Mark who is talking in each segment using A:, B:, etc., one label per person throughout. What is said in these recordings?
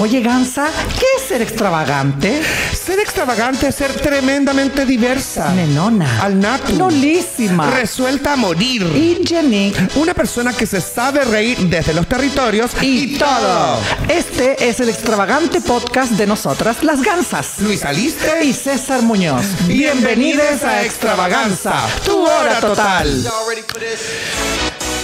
A: Oye, Gansa, ¿qué es ser extravagante?
B: Ser extravagante es ser tremendamente diversa.
A: Nenona.
B: Al nato.
A: Lolísima.
B: Resuelta a morir.
A: y Jenny.
B: Una persona que se sabe reír desde los territorios y, todo.
A: Este es el extravagante podcast de nosotras, las Gansas.
B: Luis Aliste
A: Y César Muñoz.
B: Bienvenides a Extravaganza, tu hora total.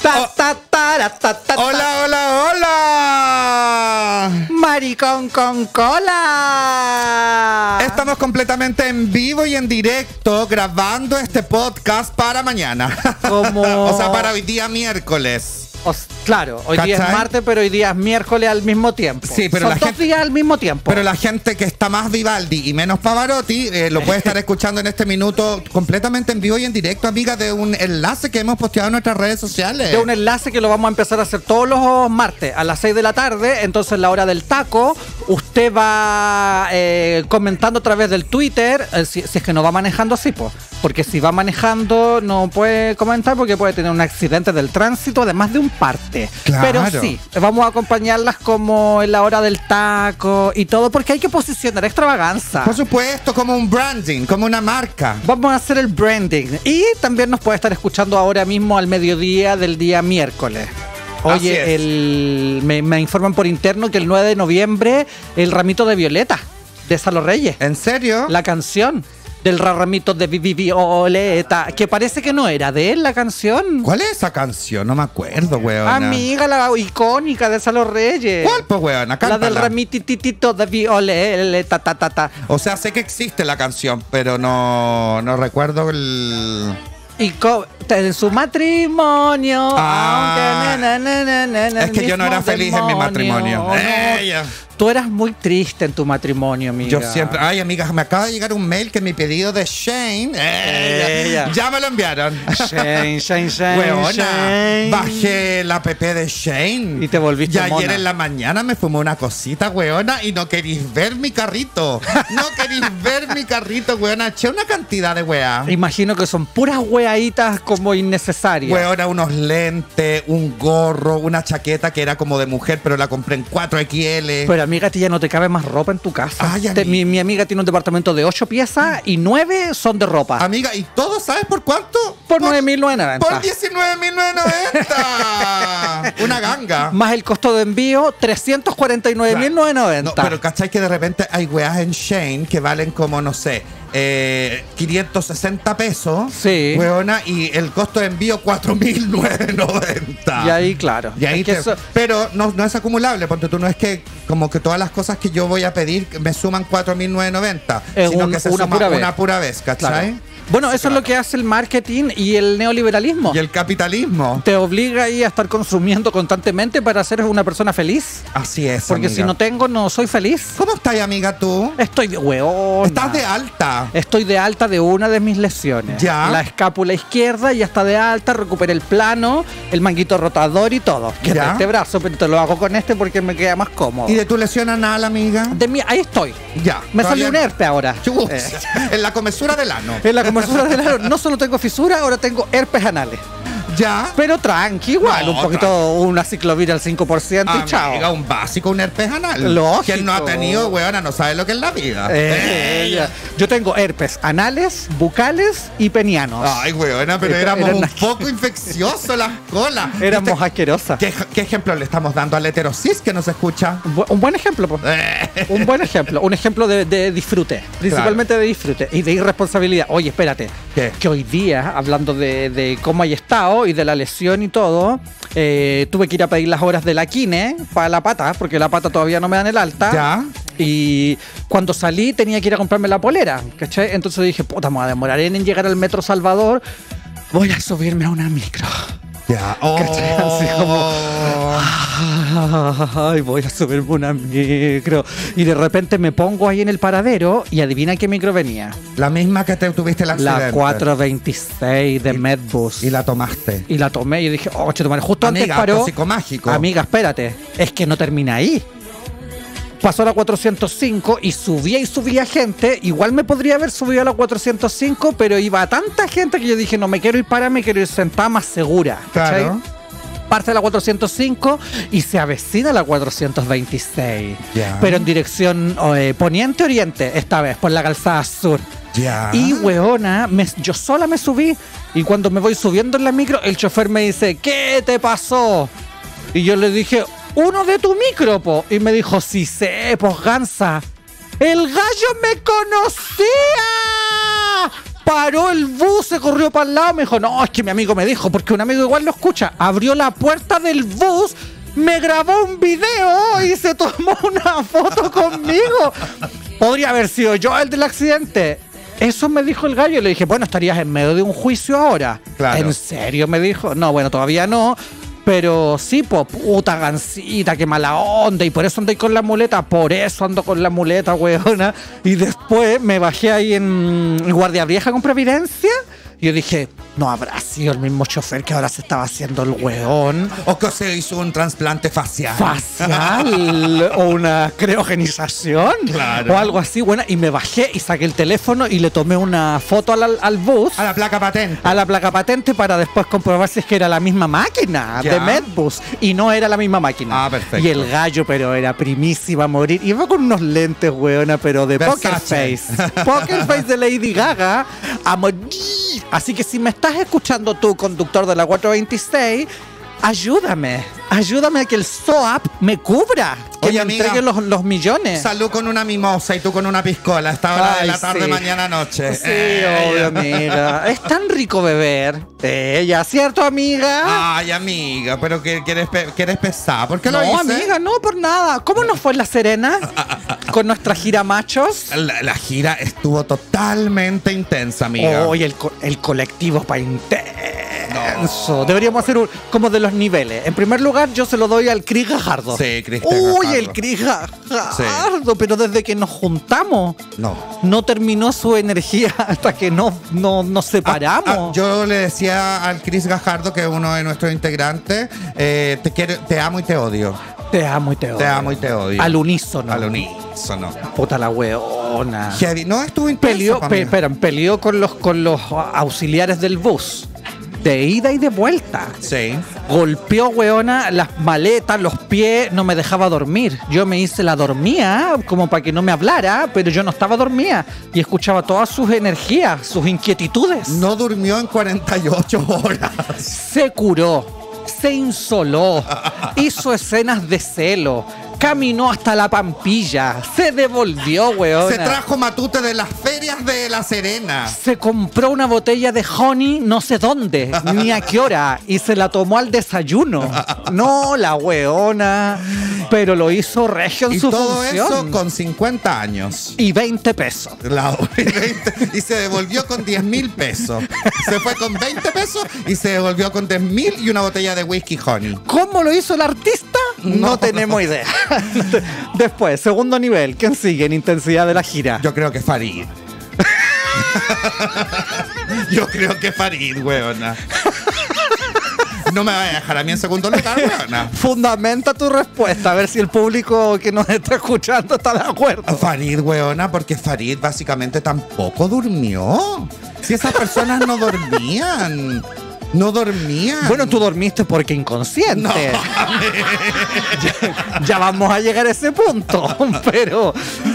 A: Ta, ta, tara, ta, ta, ta.
B: Hola, hola, hola.
A: Maricón con cola.
B: Estamos completamente en vivo y en directo grabando este podcast para mañana.
C: Como-
B: o sea, para hoy día miércoles.
C: O s- claro, hoy día es
B: ¿Cachai?
C: martes, pero hoy día es miércoles al mismo tiempo.
B: Sí, pero
C: Son
B: la
C: dos
B: gente-
C: días al mismo tiempo.
B: Pero la gente que está más Vivaldi y menos Pavarotti eh, lo puede estar escuchando en este minuto completamente en vivo y en directo, amiga, de un enlace que hemos posteado en nuestras redes sociales.
C: de un enlace que lo vamos a empezar a hacer todos los martes a las 6 de la tarde. Entonces, la hora del taco, usted va eh, comentando a través del Twitter. eh, si, si es que no va manejando, sí, po. porque si va manejando, no puede comentar porque puede tener un accidente del tránsito, además de un parte.
B: Claro.
C: Pero sí, vamos a acompañarlas como en la hora del taco y todo, porque hay que posicionar extravaganza.
B: Por supuesto, como un branding, como una marca.
C: Vamos a hacer el branding. Y también nos puede estar escuchando ahora mismo al mediodía del día miércoles.
B: Así es.
C: Oye, el, me, me informan por interno que el 9 de noviembre el ramito de Violeta de Salo Reyes,
B: ¿En serio?
C: la canción del ra- ramito de Vi- Vi- Violeta, que parece que no era de él la canción.
B: ¿Cuál es esa canción? No me acuerdo, weona.
C: Amiga, la icónica de Salo Reyes.
B: ¿Cuál, pues, weona?
C: eh, La del
B: Cántala.
C: ramititito de Violeta, ta, ta, ta.
B: O sea, sé que existe la canción, pero no, no recuerdo el...
C: Y co- en su matrimonio.
B: Ah.
C: aunque na, na, na, na, na,
B: Es que yo no era
C: mismo
B: feliz en mi matrimonio.
C: demonio, no.
B: Ella.
C: Tú eras muy triste en tu matrimonio, amiga.
B: Yo siempre. Ay, amigas, me acaba de llegar un mail que mi pedido de Shane. ella,
C: Ella.
B: Ya me lo enviaron.
C: Shane, Shane, Shane,
B: Weona,
C: Shane.
B: bajé la app de Shane.
C: Y te volviste
B: Y ayer
C: mona.
B: en la mañana me fumé una cosita, weona, y no queréis ver mi carrito. No queréis ver mi carrito, weona. Eché una cantidad de weá.
C: Imagino que son puras weaditas como innecesarias.
B: Weona, unos lentes, un gorro, una chaqueta que era como de mujer, pero la compré en 4XL.
C: Pero amiga, a ti ya no te cabe más ropa en tu casa.
B: Ay,
C: Te-
B: amiga.
C: mi, mi amiga tiene un departamento de ocho piezas y nueve son de ropa.
B: Amiga, ¿y todo sabes por cuánto?
C: Ah. por 9.990.
B: Por 19.990. Una ganga.
C: Más el costo de envío, 349.990.
B: No, pero ¿cachai que de repente hay weas en Shane que valen como, no sé, eh, 560 pesos?
C: Sí.
B: Weona, y el costo de envío 4.990.
C: Y ahí, claro.
B: Y ahí
C: Es que
B: te-
C: eso-
B: Pero no, no es acumulable, porque tú no es que como que todas las cosas que yo voy a pedir me suman 4.990,
C: Es
B: sino
C: un-
B: que se
C: una
B: suma
C: pura vez.
B: una pura vez,
C: Claro.
B: ¿cachai?
C: Bueno, eso es lo que hace el marketing y el neoliberalismo.
B: Y el capitalismo.
C: Te obliga ahí a estar consumiendo constantemente para ser una persona feliz.
B: Así es.
C: Porque si
B: amiga.
C: no tengo, no soy feliz.
B: ¿Cómo estás, amiga, tú?
C: Estoy de hueón.
B: Estás de alta.
C: Estoy de alta de una de mis lesiones.
B: Ya.
C: La escápula izquierda ya está de alta, recuperé el plano, el manguito rotador y todo. Que es de
B: Ya.
C: este brazo, pero te lo hago con este porque me queda más cómodo.
B: ¿Y de tu lesión anal, amiga?
C: De mí, ahí estoy.
B: Ya.
C: Me
B: todavía
C: salió un
B: no.
C: herpe ahora.
B: Chus,
C: Eh.
B: en la comesura del ano.
C: En la conversura del aro, no solo tengo fisura, ahora tengo herpes anales.
B: Ya.
C: Pero tranqui, igual,
B: No,
C: un poquito, una ciclovir al 5% y
B: Amiga,
C: chao.
B: un básico, un herpes anal.
C: Lógico.
B: Quien no ha tenido, weona, no sabe lo que es la vida.
C: Eh,
B: Ella.
C: Yo tengo herpes anales, bucales y penianos.
B: Ay, weona, pero
C: Era-
B: éramos
C: eran
B: un
C: aquí.
B: poco infecciosos las colas.
C: Éramos
B: ¿Viste?
C: asquerosas.
B: ¿Qué, ¿Qué ejemplo le estamos dando al heterosis que nos escucha?
C: Bu- Un buen ejemplo, po.
B: Eh.
C: un buen ejemplo, un ejemplo de, de disfrute, principalmente de disfrute y de irresponsabilidad. Oye, espérate,
B: ¿Qué?
C: que hoy día, hablando de, de cómo hay estado y de la lesión y todo, eh, tuve que ir a pedir las horas de la kine para la pata, porque la pata todavía no me dan el alta.
B: Ya.
C: Y cuando salí tenía que ir a comprarme la polera, ¿cachai? Entonces dije, puta, me voy a demorar en llegar al Metro Salvador, voy a subirme a una micro.
B: Ya. Oh.
C: ¿Cachai? Así Ay, voy a subirme una micro. Y de repente me pongo ahí en el paradero y adivina qué micro venía.
B: La misma que te tuviste el accidente.
C: La 426 de Medbus.
B: Y la tomaste.
C: Y la tomé y dije, oh, chetumare, justo
B: Amiga, pues
C: antes paró.
B: toxicomágico.
C: Amiga, espérate. Es que no termina ahí. Pasó la 405 y subía y subía gente. Igual me podría haber subido a la 405, pero iba tanta gente que yo dije, no me quiero ir para, me quiero ir sentada más segura. ¿cachai?
B: Claro.
C: parte de la 405 y se avecina la 426.
B: Ya.
C: Pero en dirección poniente-oriente, esta vez, por la calzada sur.
B: Ya.
C: Y weona, me- yo sola me subí y cuando me voy subiendo en la micro, el chofer me dice, ¿qué te pasó? Y yo le dije, uno de tu micro, po. Y me dijo, sí sé, pues gansa. El gallo me conocía. Paró el bus, se corrió para el lado, me dijo, no, es que mi amigo me dijo, porque un amigo igual lo escucha. Abrió la puerta del bus. Me grabó un video y se tomó una foto conmigo. Podría haber sido yo el del accidente. Eso me dijo el gallo y le dije, bueno, estarías en medio de un juicio ahora.
B: Claro.
C: ¿En serio? Me dijo. No, bueno, todavía no. Pero sí, po, puta gancita, qué mala onda. Y por eso ando con la muleta. Por eso ando con la muleta, weona. Y después me bajé ahí en Guardia Vieja con Providencia. Y yo dije, no habrá sido el mismo chofer que ahora se estaba haciendo el weón
B: O que se hizo un trasplante facial.
C: facial o una creogenización
B: Claro.
C: o algo así. Bueno, y me bajé y saqué el teléfono y le tomé una foto al, al- al bus.
B: A la placa patente.
C: A la placa patente para después comprobar si es que era la misma máquina
B: Ya.
C: de Medbus. Y no era la misma máquina.
B: Ah, perfecto.
C: Y el gallo, pero era primísima a morir. Iba con unos lentes, weona, pero de Poker
B: Versace.
C: Face. Poker Face de Lady Gaga a morir. Así que si me estás escuchando tú, conductor de la 426, ayúdame. Ayúdame a que el SOAP me cubra. Que
B: Oye,
C: me
B: amiga.
C: entregue los, los millones.
B: Salud con una mimosa y tú con una piscola. Esta hora de
C: eh. Ay,
B: la tarde,
C: sí.
B: mañana, noche.
C: Sí,
B: Eh,
C: obvio, amiga. Es tan rico beber. Ella, ¿cierto, amiga?
B: Ay, amiga, pero que quieres, pe- que eres pesada. ¿Por qué
C: no,
B: lo hice?
C: amiga, no, por nada. ¿Cómo nos fue en La Serena con nuestra gira machos?
B: La, la gira estuvo totalmente intensa, amiga.
C: Hoy el, co- el colectivo para intenso. Deberíamos hacer un, como de los niveles. En primer lugar, yo se lo doy al Cris Gajardo.
B: Sí, Cris
C: Uy,
B: Gajardo.
C: el Cris Gajardo. Pero desde que nos juntamos,
B: no.
C: no terminó su energía hasta que no, no nos separamos.
B: Ah, yo le decía al Chris Gajardo, que es uno de nuestros integrantes, eh, te, quiero, te amo y te odio.
C: Te amo y te odio.
B: Te amo y te odio.
C: Al unísono.
B: Al unísono.
C: Puta la weona.
B: Heavy. No, estuvo intenso.
C: Peleó,
B: pa'
C: pe-
B: mí.
C: espera, peleó con los, con los auxiliares del bus. De ida y de vuelta.
B: Sí.
C: Golpeó, weona, las maletas, los pies, no me dejaba dormir. Yo me hice la dormía, como para que no me hablara, pero yo no estaba dormida. Y escuchaba todas sus energías, sus inquietitudes.
B: No durmió en 48 horas.
C: se curó, se insoló, hizo escenas de celo, caminó hasta la pampilla, se devolvió, weón.
B: Se trajo matute de las ferias de La Serena.
C: Se compró una botella de honey no sé dónde, ni a qué hora, y se la tomó al desayuno. No, la weona. Pero lo hizo regio en
B: Y
C: su
B: todo
C: función.
B: eso con 50 años.
C: Y 20 pesos.
B: La- y se devolvió con 10 mil pesos. Se fue con 20 pesos y se devolvió con 10 mil y una botella de whisky honey.
C: ¿Cómo lo hizo el artista? No,
B: No.
C: tenemos idea. Después, segundo nivel, ¿quién sigue en intensidad de la gira?
B: Yo creo que Farid. Yo creo que Farid, weona. No me vaya a dejar a mí en segundo lugar, weona.
C: Fundamenta tu respuesta, a ver si el público que nos está escuchando está de acuerdo.
B: Farid, weona, porque Farid básicamente tampoco durmió. Si esas personas no dormían. No dormían.
C: Bueno, tú dormiste porque inconsciente.
B: No.
C: ya, ya vamos a llegar a ese punto, pero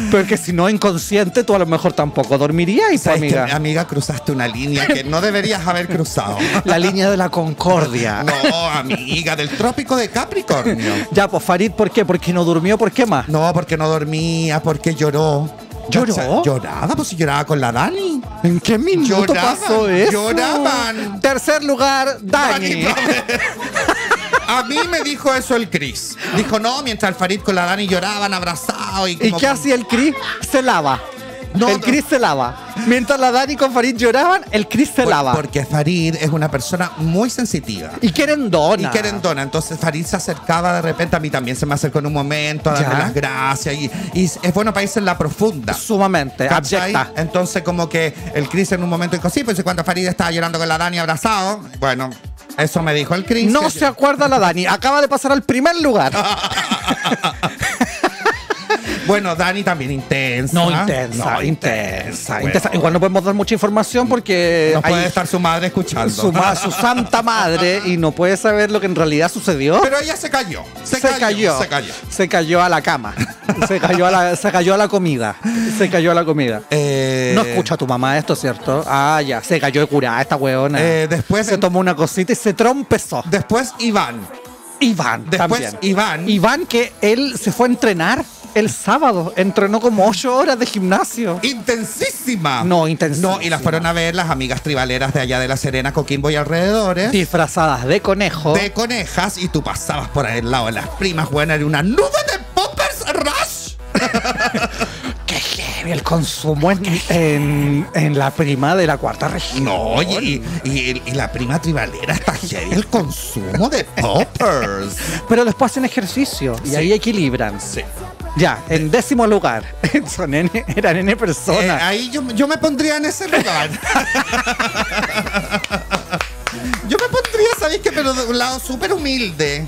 C: porque si no inconsciente tú a lo mejor tampoco dormirías, pues,
B: Sabes que,
C: amiga.
B: amiga, cruzaste una línea que no deberías haber cruzado.
C: La línea de la concordia.
B: No, amiga, del trópico de Capricornio.
C: Ya, pues Farid, ¿por qué? Porque no durmió, ¿por qué más?
B: No, porque no dormía, porque lloró.
C: ¿Lloró?
B: Cacha, Lloraba, pues si lloraba con la Dani.
C: ¿En qué minuto
B: Lloraban,
C: pasó eso?
B: lloraban.
C: Tercer lugar, Dani.
B: A mí me dijo eso el Chris. Dijo, no, mientras el Farid con la Dani lloraban abrazados. Y,
C: ¿Y
B: como
C: qué
B: con-
C: hacía el Chris? Se lava.
B: No,
C: el
B: no.
C: Chris se lava. Mientras la Dani con Farid lloraban, el Chris se
B: Por-
C: lava.
B: Porque Farid es una persona muy sensitiva.
C: Y quieren dona.
B: Y querendona. Entonces Farid se acercaba de repente, a mí también se me acercó en un momento, a darme
C: Ya.
B: las gracias. Y, y es bueno para irse en la profunda.
C: Sumamente,
B: ¿cachai?
C: abyecta.
B: Entonces, como que el Chris en un momento dijo, sí, pues cuando Farid estaba llorando con la Dani abrazado. Bueno, eso me dijo el Chris.
C: No
B: Que
C: se
B: yo- Ah,
C: acuerda la Dani. Acaba de pasar al primer lugar.
B: Bueno, Dani también intensa.
C: No, intensa,
B: ah, No,
C: intensa,
B: bueno.
C: intensa. Igual no podemos dar mucha información porque
B: Nos
C: hay
B: puede estar su madre escuchando.
C: su, ma- su santa madre y no puede saber lo que en realidad sucedió.
B: Pero ella se cayó. Se, cayó, Se cayó.
C: Se cayó a la cama. se, cayó a la, se cayó a la comida. Se cayó a la comida.
B: Eh,
C: No escucha tu mamá esto, ¿cierto? Ah, ya. Se cayó de curada esta weona.
B: Eh, después-
C: se tomó una cosita y se trompezó.
B: Después Iván.
C: Iván.
B: Después
C: también.
B: Iván.
C: Iván, que él se fue a entrenar el sábado. Entrenó como ocho horas de gimnasio.
B: Intensísima.
C: No, intensísima.
B: No, y las fueron a ver las amigas tribaleras de allá de La Serena, Coquimbo y alrededores.
C: Disfrazadas de conejo.
B: De conejas y tú pasabas por ahí al lado de las primas, buena era una nube de poppers rush.
C: Qué heavy el consumo en, en- en la prima de la cuarta región.
B: No, oye, y, y- y la prima tribalera está heavy el consumo de poppers. Eh,
C: Pero después hacen ejercicio y
B: Sí.
C: ahí equilibran.
B: Sí.
C: Ya, en décimo lugar. Son N, eran N
B: Eh,
C: personas.
B: ahí yo, yo me pondría en ese lugar. yo me pondría, ¿sabéis qué? Pero de un lado súper humilde.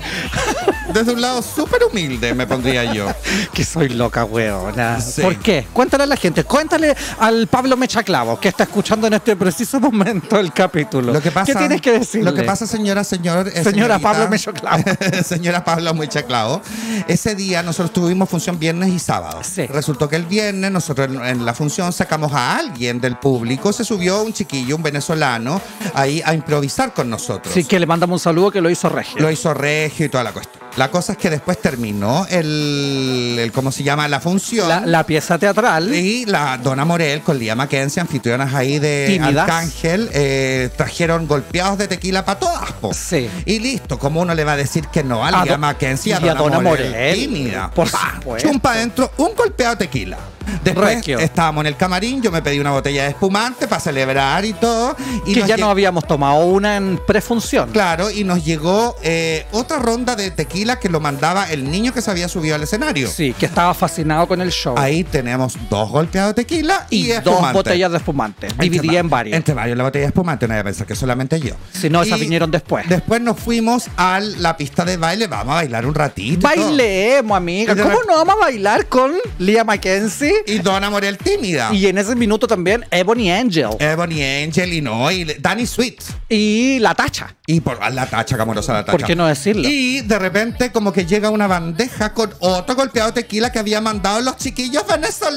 B: Desde un lado súper humilde me pondría yo.
C: que soy loca, weona.
B: Sí.
C: ¿Por qué? Cuéntale a la gente. Cuéntale al Pablo Mechaclavo que está escuchando en este preciso momento el capítulo.
B: Lo que pasa,
C: ¿Qué tienes que decirle?
B: Lo que pasa, señora, señor, eh,
C: Señora
B: señorita,
C: Pablo Mechoclavo.
B: señora Pablo Mechoclavo. Ese día nosotros tuvimos función viernes y sábado.
C: Sí.
B: Resultó que el viernes nosotros en, en la función sacamos a alguien del público. Se subió un chiquillo, un venezolano, ahí a improvisar con nosotros.
C: Sí, que le mandamos un saludo que lo hizo Regio.
B: Lo hizo Regio y toda la cuestión. La cosa es que después terminó el, el- ¿cómo se llama? La función.
C: la, la pieza teatral.
B: Y la Dona Morel con Lía Mackenzie, anfitrionas ahí de
C: Tímidas.
B: Arcángel, eh, trajeron golpeados de tequila para todas. po.
C: Sí.
B: Y listo, como uno le va a decir que no a Lía
C: Do-
B: Mackenzie y a
C: y a
B: Dona,
C: Dona
B: Morel,
C: Morel,
B: Tímida.
C: por
B: Pa,
C: supuesto.
B: Chumpa adentro, un golpeado de tequila. Después
C: Requio.
B: estábamos en el camarín, yo me pedí una botella de espumante para celebrar y todo. Y
C: que
B: nos
C: ya
B: lle-
C: no habíamos tomado una en prefunción.
B: Claro, y nos llegó eh, otra ronda de tequila que lo mandaba el niño que se había subido al escenario.
C: Sí, que estaba fascinado con el show.
B: Ahí tenemos dos golpeados de tequila y,
C: y dos
B: espumante.
C: botellas de espumante.
B: Entre
C: Dividía
B: va-
C: en varios.
B: Entre varios la botella de espumante, no voy a pensar que solamente yo.
C: Si no, esas
B: Y
C: vinieron después.
B: Después nos fuimos a la pista de baile, vamos a bailar un ratito. y todo.
C: Bailemos, amiga.
B: Y de
C: ¿Cómo
B: rep-
C: no vamos a bailar con Lia Mackenzie?
B: Y Donna Morel tímida.
C: Y en ese minuto también Ebony Angel
B: Ebony Angel y no, y le- Danny Sweet.
C: y La Tacha.
B: Y por a la tacha, camorosa la tacha.
C: ¿Por qué no decirlo?
B: Y de repente como que llega una bandeja con otro golpeado de tequila que había mandado los chiquillos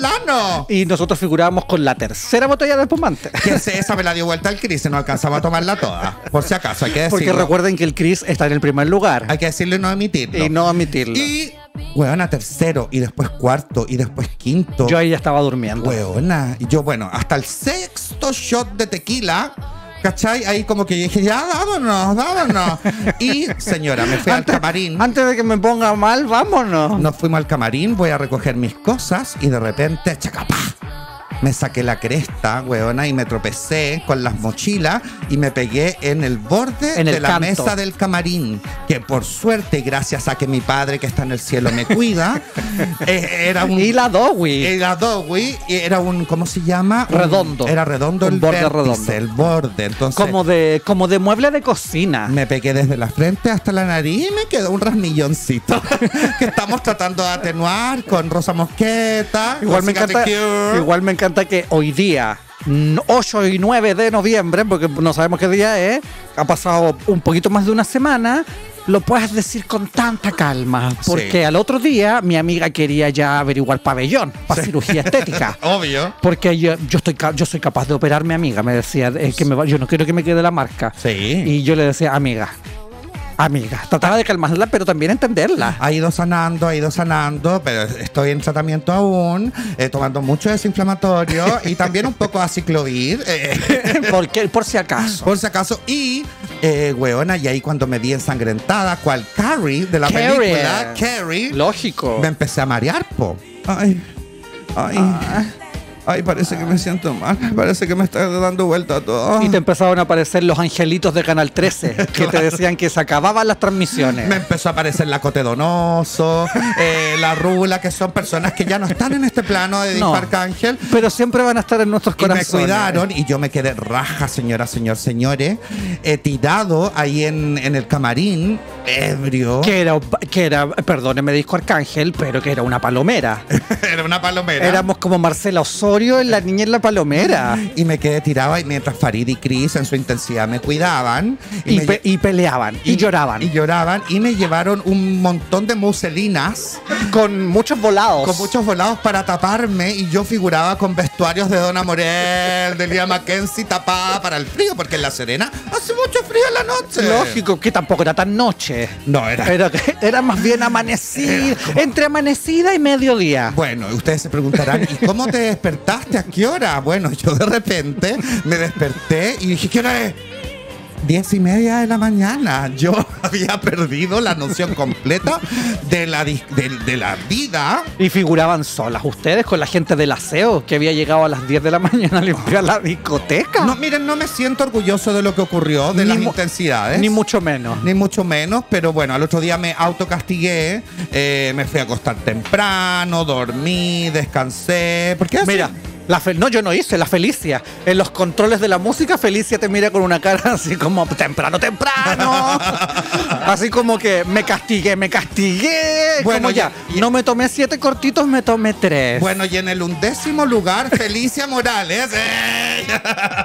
B: venezolanos.
C: Y nosotros figurábamos con la tercera botella de espumante.
B: Que se- esa me la dio vuelta al Cris y no alcanzaba a tomarla toda. Por si acaso, hay que decirlo.
C: Porque recuerden que el Chris está en el primer lugar.
B: Hay que decirlo y no emitirlo.
C: Y no admitirlo.
B: Y, weona, tercero, y después cuarto, y después quinto.
C: Yo ahí ya estaba durmiendo.
B: Weona. Y yo, bueno, hasta el sexto shot de tequila, ¿cachai? Ahí como que dije, ya, vámonos, vámonos. y, señora, me fui al camarín.
C: Antes de que me ponga mal, vámonos.
B: Nos fuimos al camarín, voy a recoger mis cosas y de repente, chacapá. Me saqué la cresta, weona, y me tropecé con las mochilas y me pegué en el borde
C: En el
B: de la
C: canto.
B: mesa del camarín. Que por suerte, y gracias a que mi padre que está en el cielo me cuida, eh, era un.
C: Y la Dowie.
B: Era Dowie, y era un, ¿cómo se llama? Un-
C: Redondo.
B: era redondo
C: Un
B: el
C: borde
B: vértice,
C: redondo.
B: el borde. Entonces,
C: como, de, como de mueble de cocina.
B: me pegué desde la frente hasta la nariz y me quedó un rasmilloncito que estamos tratando de atenuar con Rosa Mosqueta.
C: Igual
B: con
C: me,
B: Cicatricure.
C: encanta, igual me encanta que hoy día, mm, 8 y 9 de noviembre, porque no sabemos qué día es, ha pasado un poquito más de una semana, lo puedes decir con tanta calma, porque al otro día mi amiga quería ya averiguar pabellón para cirugía estética.
B: Obvio.
C: Porque yo, yo estoy, ca- yo soy capaz de operarme, amiga. Me decía, es que me va- yo no quiero que me quede la marca.
B: Sí.
C: Y yo le decía, amiga, amiga. Trataba de calmarla, pero también entenderla.
B: Ha ido sanando, ha ido sanando, pero estoy en tratamiento aún, eh, tomando mucho desinflamatorio y también un poco aciclovir. eh,
C: porque, por si acaso.
B: Por si acaso. Y, eh, weona, y ahí cuando me vi ensangrentada, cual Carrie de la
C: Carrie.
B: película, Carrie,
C: Lógico.
B: me empecé a marear, po. Ay. Ay. Ay, parece que me siento mal. Parece que me está dando vuelta todo.
C: Y te empezaron a aparecer los angelitos de Canal 13, que te decían que se acababan las transmisiones.
B: Me empezó a aparecer la Cote Donoso, eh, la Rula, que son personas que ya no están en este plano de
C: No.
B: Disco Arcángel.
C: Pero siempre van a estar en nuestros
B: Y me
C: corazones.
B: cuidaron y yo me quedé raja, señora, señor, señores, eh, tirado ahí en, en el camarín, ebrio.
C: Que era, que era, perdóneme, disco Arcángel, pero que era una palomera.
B: Era una palomera.
C: Éramos como Marcela Osorio en La Niña en la Palomera.
B: Y me quedé tirado y mientras Farid y Chris en su intensidad me cuidaban.
C: Y,
B: me
C: pe- y peleaban, y, lloraban.
B: Y lloraban y me llevaron un montón de muselinas
C: con muchos volados.
B: con muchos volados para taparme y yo figuraba con vestuarios de Donna Morel, de Lía Mackenzie tapada para el frío, porque en La Serena hace mucho frío en la noche.
C: Lógico, que tampoco era tan noche.
B: No, era-
C: Era, era más bien amanecida, entre amanecida y mediodía.
B: Bueno, y ustedes se preguntarán, ¿y cómo te despertaste? ¿A qué hora? Bueno, yo de repente me desperté y dije, ¿qué hora es? Diez y media de la mañana. Yo había perdido la noción completa de la, dis- de, de la vida.
C: Y figuraban solas ustedes con la gente del aseo que había llegado a las 10 de la mañana a limpiar la discoteca.
B: No, miren, no me siento orgulloso de lo que ocurrió, de
C: Ni
B: las
C: mu-
B: intensidades.
C: Ni mucho menos.
B: Ni mucho menos, pero bueno, al otro día me autocastigué, eh, me fui a acostar temprano, dormí, descansé. Porque así-
C: Mira, la Fel- no, yo no hice, la Felicia. En los controles de la música, Felicia te mira con una cara así como temprano, temprano. así como que me castigué, me castigué.
B: Bueno,
C: Bueno, ya,
B: y- y-
C: no me tomé siete cortitos, me tomé tres.
B: Bueno, y en el undécimo lugar, Felicia Morales. ¡Eh!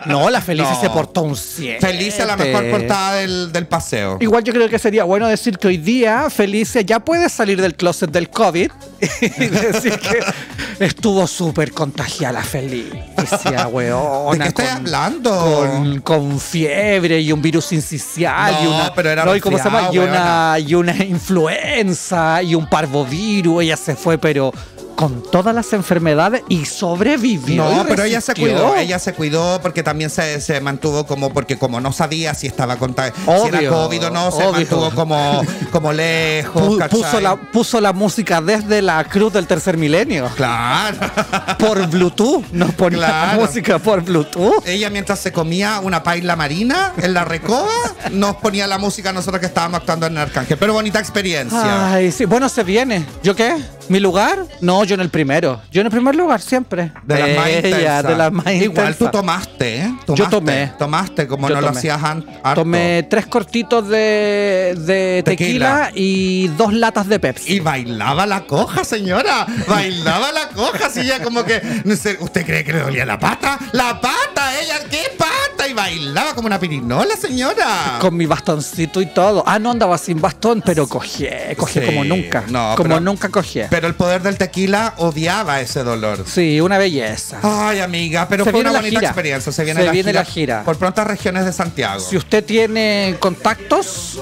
C: no, la Felicia
B: No.
C: se portó un siete.
B: Felicia, la mejor portada del, del paseo.
C: Igual yo creo que sería bueno decir que hoy día Felicia ya puede salir del closet del COVID y decir que estuvo súper contagiada la Felicia, weón.
B: ¿De qué estás hablando?
C: Con, con fiebre y un virus incisional y
B: No,
C: una,
B: pero era
C: no, ¿y cómo se llama?
B: resfriado,
C: Y una, y una influenza y un parvovirus. Ella se fue, pero con todas las enfermedades y sobrevivió.
B: No,
C: y
B: pero ella se
C: resistió.
B: cuidó, ella se cuidó porque también se, se mantuvo como, porque como no sabía si estaba contagiada, si era
C: Obvio,
B: COVID o no, se
C: obvio.
B: mantuvo como, como lejos.
C: Pu-
B: ¿cachai?
C: puso, la, puso la música desde la cruz del tercer milenio.
B: Claro.
C: por Bluetooth. Nos ponía
B: Claro.
C: música por Bluetooth.
B: Ella mientras se comía una paila marina en la recoba, nos ponía la música a nosotros que estábamos actuando en Arcángel. Pero bonita experiencia.
C: Ay, sí. Bueno, se viene. ¿Yo qué? ¿Mi lugar? No, yo en el primero. Yo en el primer lugar siempre.
B: De las más
C: Ella,
B: intensas.
C: de las más
B: Igual tú
C: intensas.
B: tomaste, ¿eh?
C: Yo
B: Tomaste,
C: tomé.
B: Tomaste, como
C: Yo
B: no lo
C: tomé.
B: hacías antes.
C: Tomé tres cortitos de, de
B: Tequila.
C: tequila. y dos latas de Pepsi.
B: Y bailaba la coja, señora. Bailaba la coja. Así ya como que. no sé, ¿Usted cree que le dolía la pata? ¡La pata! ¡Ella! ¿Qué pata? Y bailaba como una pirinola, señora.
C: Con mi bastoncito y todo. Ah, no andaba sin bastón, pero cogí, cogí
B: Sí,
C: como nunca.
B: no,
C: como
B: pero-
C: nunca cogí.
B: Pero el poder del tequila odiaba ese dolor.
C: Sí, una belleza.
B: Ay, amiga, pero
C: Se
B: fue
C: viene la
B: una bonita
C: gira.
B: experiencia. Se viene,
C: Se
B: la,
C: viene
B: gira
C: la gira.
B: Por prontas regiones de Santiago.
C: Si usted tiene contactos,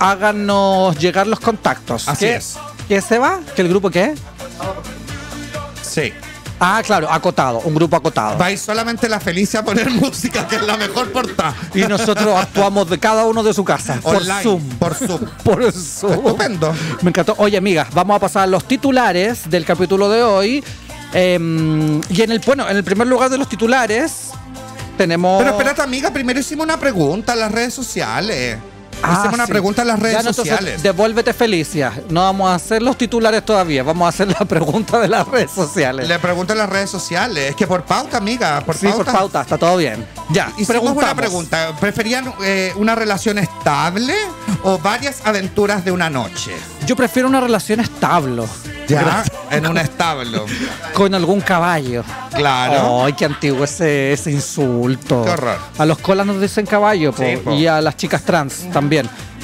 C: háganos llegar los contactos.
B: Así
C: ¿Qué-
B: es.
C: ¿Qué se va? ¿Que el grupo qué?
B: Sí.
C: Ah, claro, acotado, un grupo acotado.
B: Va a ir solamente la Felicia a poner música, que es la mejor portada.
C: Y nosotros actuamos de cada uno de su casa, por
B: Online,
C: Zoom. Uh.
B: Por Zoom.
C: Por Zoom.
B: Estupendo.
C: Me encantó. Oye, amigas, vamos a pasar a los titulares del capítulo de hoy. Em, y en el, bueno, en el primer lugar de los titulares tenemos...
B: Pero espérate, amiga, primero hicimos una pregunta en las redes sociales.
C: Ah,
B: hicimos una
C: sí.
B: pregunta en las redes
C: Ya, no, entonces,
B: sociales.
C: devuélvete Felicia. No vamos a hacer los titulares todavía. Vamos a hacer la pregunta de las redes sociales.
B: Le pregunto en las redes sociales. Es que por pauta, amiga. Por
C: sí,
B: pauta.
C: por pauta, está todo bien. Ya,
B: Hicimos
C: preguntamos.
B: una pregunta. ¿Preferían eh, una relación estable o varias aventuras de una noche?
C: Yo prefiero una relación estable
B: Ya, en un establo.
C: con algún caballo.
B: Claro.
C: Ay, qué antiguo ese, ese insulto.
B: Qué horror.
C: A los colas nos dicen caballo po,
B: Sí, po.
C: y a las chicas trans también.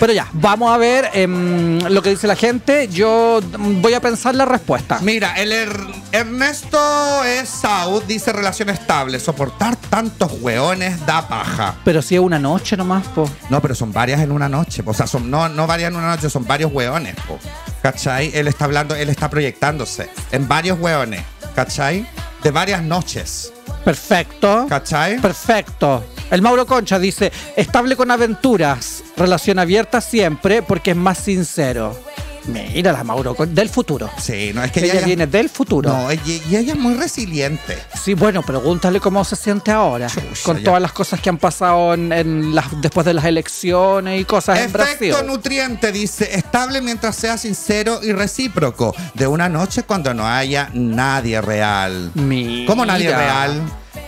C: Pero ya, vamos a ver em, lo que dice la gente. Yo mm, voy a pensar la respuesta.
B: Mira, el Er- Ernesto E. Saud dice relación estable. Soportar tantos hueones da paja.
C: Pero si es una noche nomás, po.
B: No, pero son varias en una noche. po. O sea, son, no, no varias en una noche, son varios hueones. po. ¿Cachai? Él está hablando, él está proyectándose en varios hueones. ¿Cachai? De varias noches.
C: Perfecto.
B: ¿Cachai?
C: Perfecto. El Mauro Concha dice, estable con aventuras, relación abierta siempre porque es más sincero. Mira la Mauro, con- del futuro.
B: Sí, no, es que
C: Ella,
B: ella,
C: viene del futuro.
B: No, y, y ella es muy resiliente.
C: Sí, bueno, pregúntale cómo se siente ahora.
B: Chucha,
C: con
B: ya.
C: todas las cosas que han pasado en, en las, después de las elecciones y cosas en
B: Efecto
C: Brasil.
B: nutriente, dice, estable mientras sea sincero y recíproco. De una noche cuando no haya nadie real.
C: Mira.
B: ¿Cómo nadie real?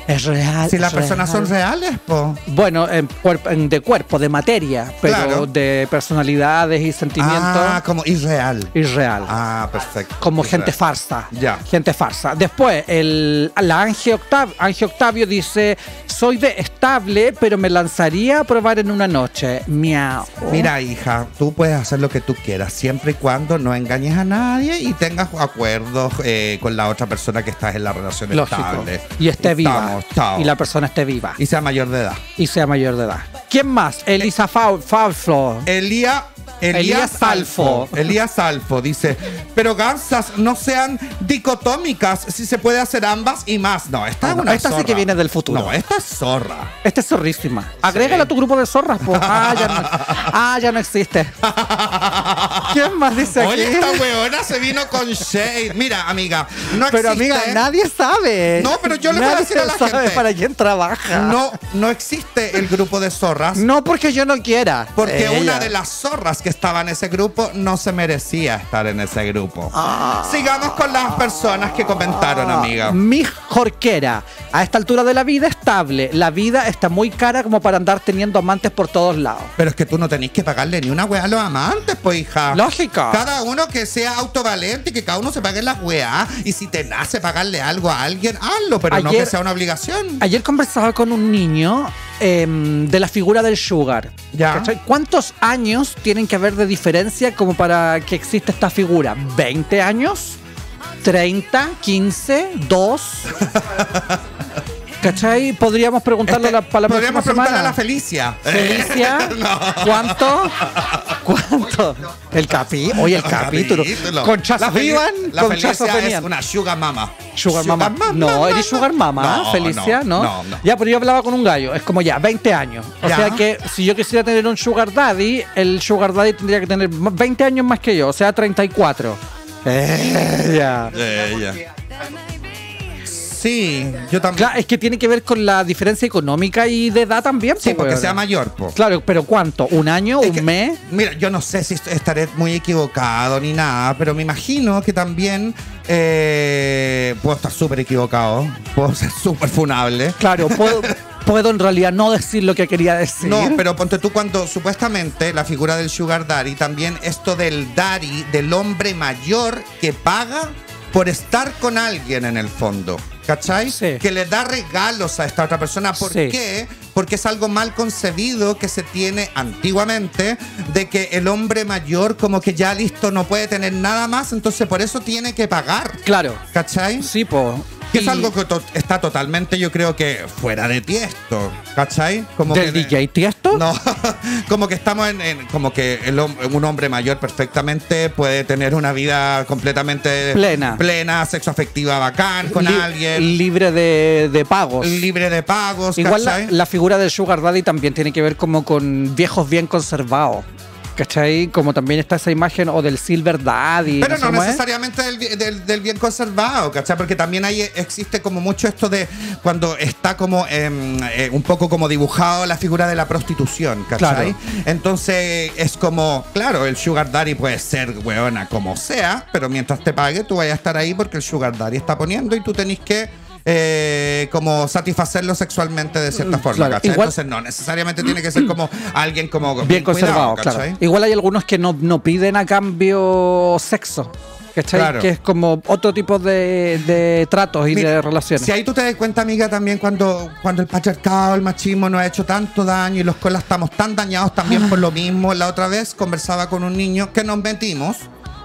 C: Es real.
B: Si
C: es real.
B: las personas son reales, po.
C: Bueno, en cuerp- en- de cuerpo, de materia, pero
B: Claro.
C: de personalidades y sentimientos
B: Ah, como irreal.
C: es real.
B: Ah, perfecto.
C: como gente
B: Irreal.
C: farsa.
B: Ya.
C: Gente farsa. Después, el, la Angie Octavio, Octavio dice: Soy de estable, pero me lanzaría a probar en una noche. Miau.
B: Mira, hija, tú puedes hacer lo que tú quieras, siempre y cuando no engañes a nadie y tengas acuerdos eh, con la otra persona que estás en la relación
C: Lógico.
B: estable.
C: Y esté viva.
B: Estamos, chao.
C: Y la persona esté viva.
B: Y sea mayor de edad.
C: Y sea mayor de edad. ¿Quién más?
B: Eh.
C: Elisa Fau- Fauflo.
B: Elías
C: Elías
B: Elías Salfo.
C: Salfo.
B: Elías Salfo dice, pero gansas no sean dicotómicas, si se puede hacer ambas y más. No, esta
C: Ah,
B: es
C: no,
B: una
C: esta sí
B: zorra.
C: que viene del futuro.
B: No, esta es zorra.
C: Esta es zorrísima. Agrégala a tu grupo de zorras, po. Ah, ya no, ah, ya no existe. ¿Quién más dice aquí?
B: Oye, esta weona se vino con shade. Mira, amiga, no
C: pero
B: existe. ¿eh?
C: amiga, nadie sabe.
B: No, pero yo le voy a
C: Nadie
B: decir a la
C: sabe
B: gente.
C: para quién trabaja.
B: No, no existe el grupo de zorras.
C: No porque yo no quiera.
B: Porque
C: Ella.
B: una de las zorras que estaba en ese grupo no se merecía estar en ese grupo.
C: Ah.
B: Sigamos con las personas que comentaron, amiga.
C: Mi jorquera. A esta altura de la vida estable. La vida está muy cara como para andar teniendo amantes por todos lados.
B: Pero es que tú no tenés que pagarle ni una weá a los amantes, pues hija.
C: Lógico.
B: Cada uno que sea autovalente y que cada uno se pague las weá. Y si te nace pagarle algo a alguien, hazlo, pero no
C: Ayer-
B: que sea una obligación.
C: Ayer conversaba con un niño em, de la figura del sugar.
B: Ya.
C: ¿Cachai? ¿Cuántos años tienen que haber de diferencia como para que exista esta figura? ¿20 años? ¿30? ¿15? ¿2? ¿Cachai? Podríamos preguntarle a la, para la
B: Este, Podríamos
C: próxima
B: preguntarle a la
C: semana.
B: Felicia.
C: Felicia, ¿cuánto? ¿Cuánto? El capi, oye el capítulo. Conchas
B: Feli-
C: vivan,
B: la
C: conchazos
B: Felicia
C: venían.
B: es una sugar mama.
C: Sugar mama. No, eres sugar mama,
B: No,
C: Felicia, no,
B: No, no.
C: Ya, pero yo hablaba con un gallo, es como ya, 20 años. O
B: Ya.
C: sea que si yo quisiera tener un sugar daddy, el sugar daddy tendría que tener ma- 20 años más que yo, o sea, 34. Eh, ya.
B: Ella. Sí, yo también.
C: Claro, es que tiene que ver con la diferencia económica y de edad también.
B: Sí,
C: po,
B: porque
C: weona.
B: sea mayor, po.
C: pues, Claro, pero ¿cuánto? ¿Un año?
B: Es
C: ¿Un
B: que-
C: mes?
B: Mira, yo no sé si est- estaré muy equivocado ni nada, pero me imagino que también eh, puedo estar súper equivocado, puedo ser súper funable.
C: Claro, puedo, puedo en realidad no decir lo que quería decir.
B: No, pero ponte tú cuando supuestamente la figura del sugar daddy, también esto del daddy, del hombre mayor que paga por estar con alguien en el fondo. ¿Cachai?
C: Sí.
B: Que le da regalos a esta otra persona. ¿Por
C: Sí.
B: qué? Porque es algo mal concebido que se tiene antiguamente de que el hombre mayor como que ya listo no puede tener nada más, entonces por eso tiene que pagar.
C: Claro,
B: ¿Cachai?
C: sí, po.
B: Que es
C: Y
B: algo que to- está totalmente, yo creo que fuera de tiesto. ¿Cachai? Como
C: ¿Del
B: que-
C: DJ Tiesto?
B: no, como que estamos en, en- como que el hom- un hombre mayor perfectamente puede tener una vida completamente
C: Plena.
B: plena, sexo afectiva bacán con
C: Li-
B: alguien,
C: Libre de, de pagos.
B: libre de pagos,
C: Igual la,
B: ¿cachai?
C: la figura del Sugar Daddy también tiene que ver como con viejos bien conservados. ¿Cachai? Como también está esa imagen o del Silver Daddy.
B: pero
C: sé
B: no
C: cómo es.
B: necesariamente del, bi- del- del bien conservado, ¿cachai? Porque también ahí existe como mucho esto de cuando está como em, eh, un poco como dibujado la figura de la prostitución, ¿cachai?
C: Claro.
B: Entonces es como, claro, el sugar daddy puede ser weona como sea, pero mientras te pague tú vayas a estar ahí porque el sugar daddy está poniendo y tú tenés que... eh, como satisfacerlo sexualmente de cierta forma,
C: Mm, claro.
B: ¿cachai?
C: Igual-
B: Entonces no, necesariamente tiene que ser como alguien como
C: Bien conservado,
B: cuidado,
C: claro. Igual hay algunos que no, no piden a cambio sexo. ¿Cachai?
B: Claro.
C: Que es como otro tipo de, de tratos y
B: Mira,
C: de relaciones.
B: Si ahí tú te das cuenta, amiga, también cuando, cuando el patriarcado, el machismo nos ha hecho tanto daño y los colas estamos tan dañados también por lo mismo. La otra vez conversaba con un niño que nos metimos,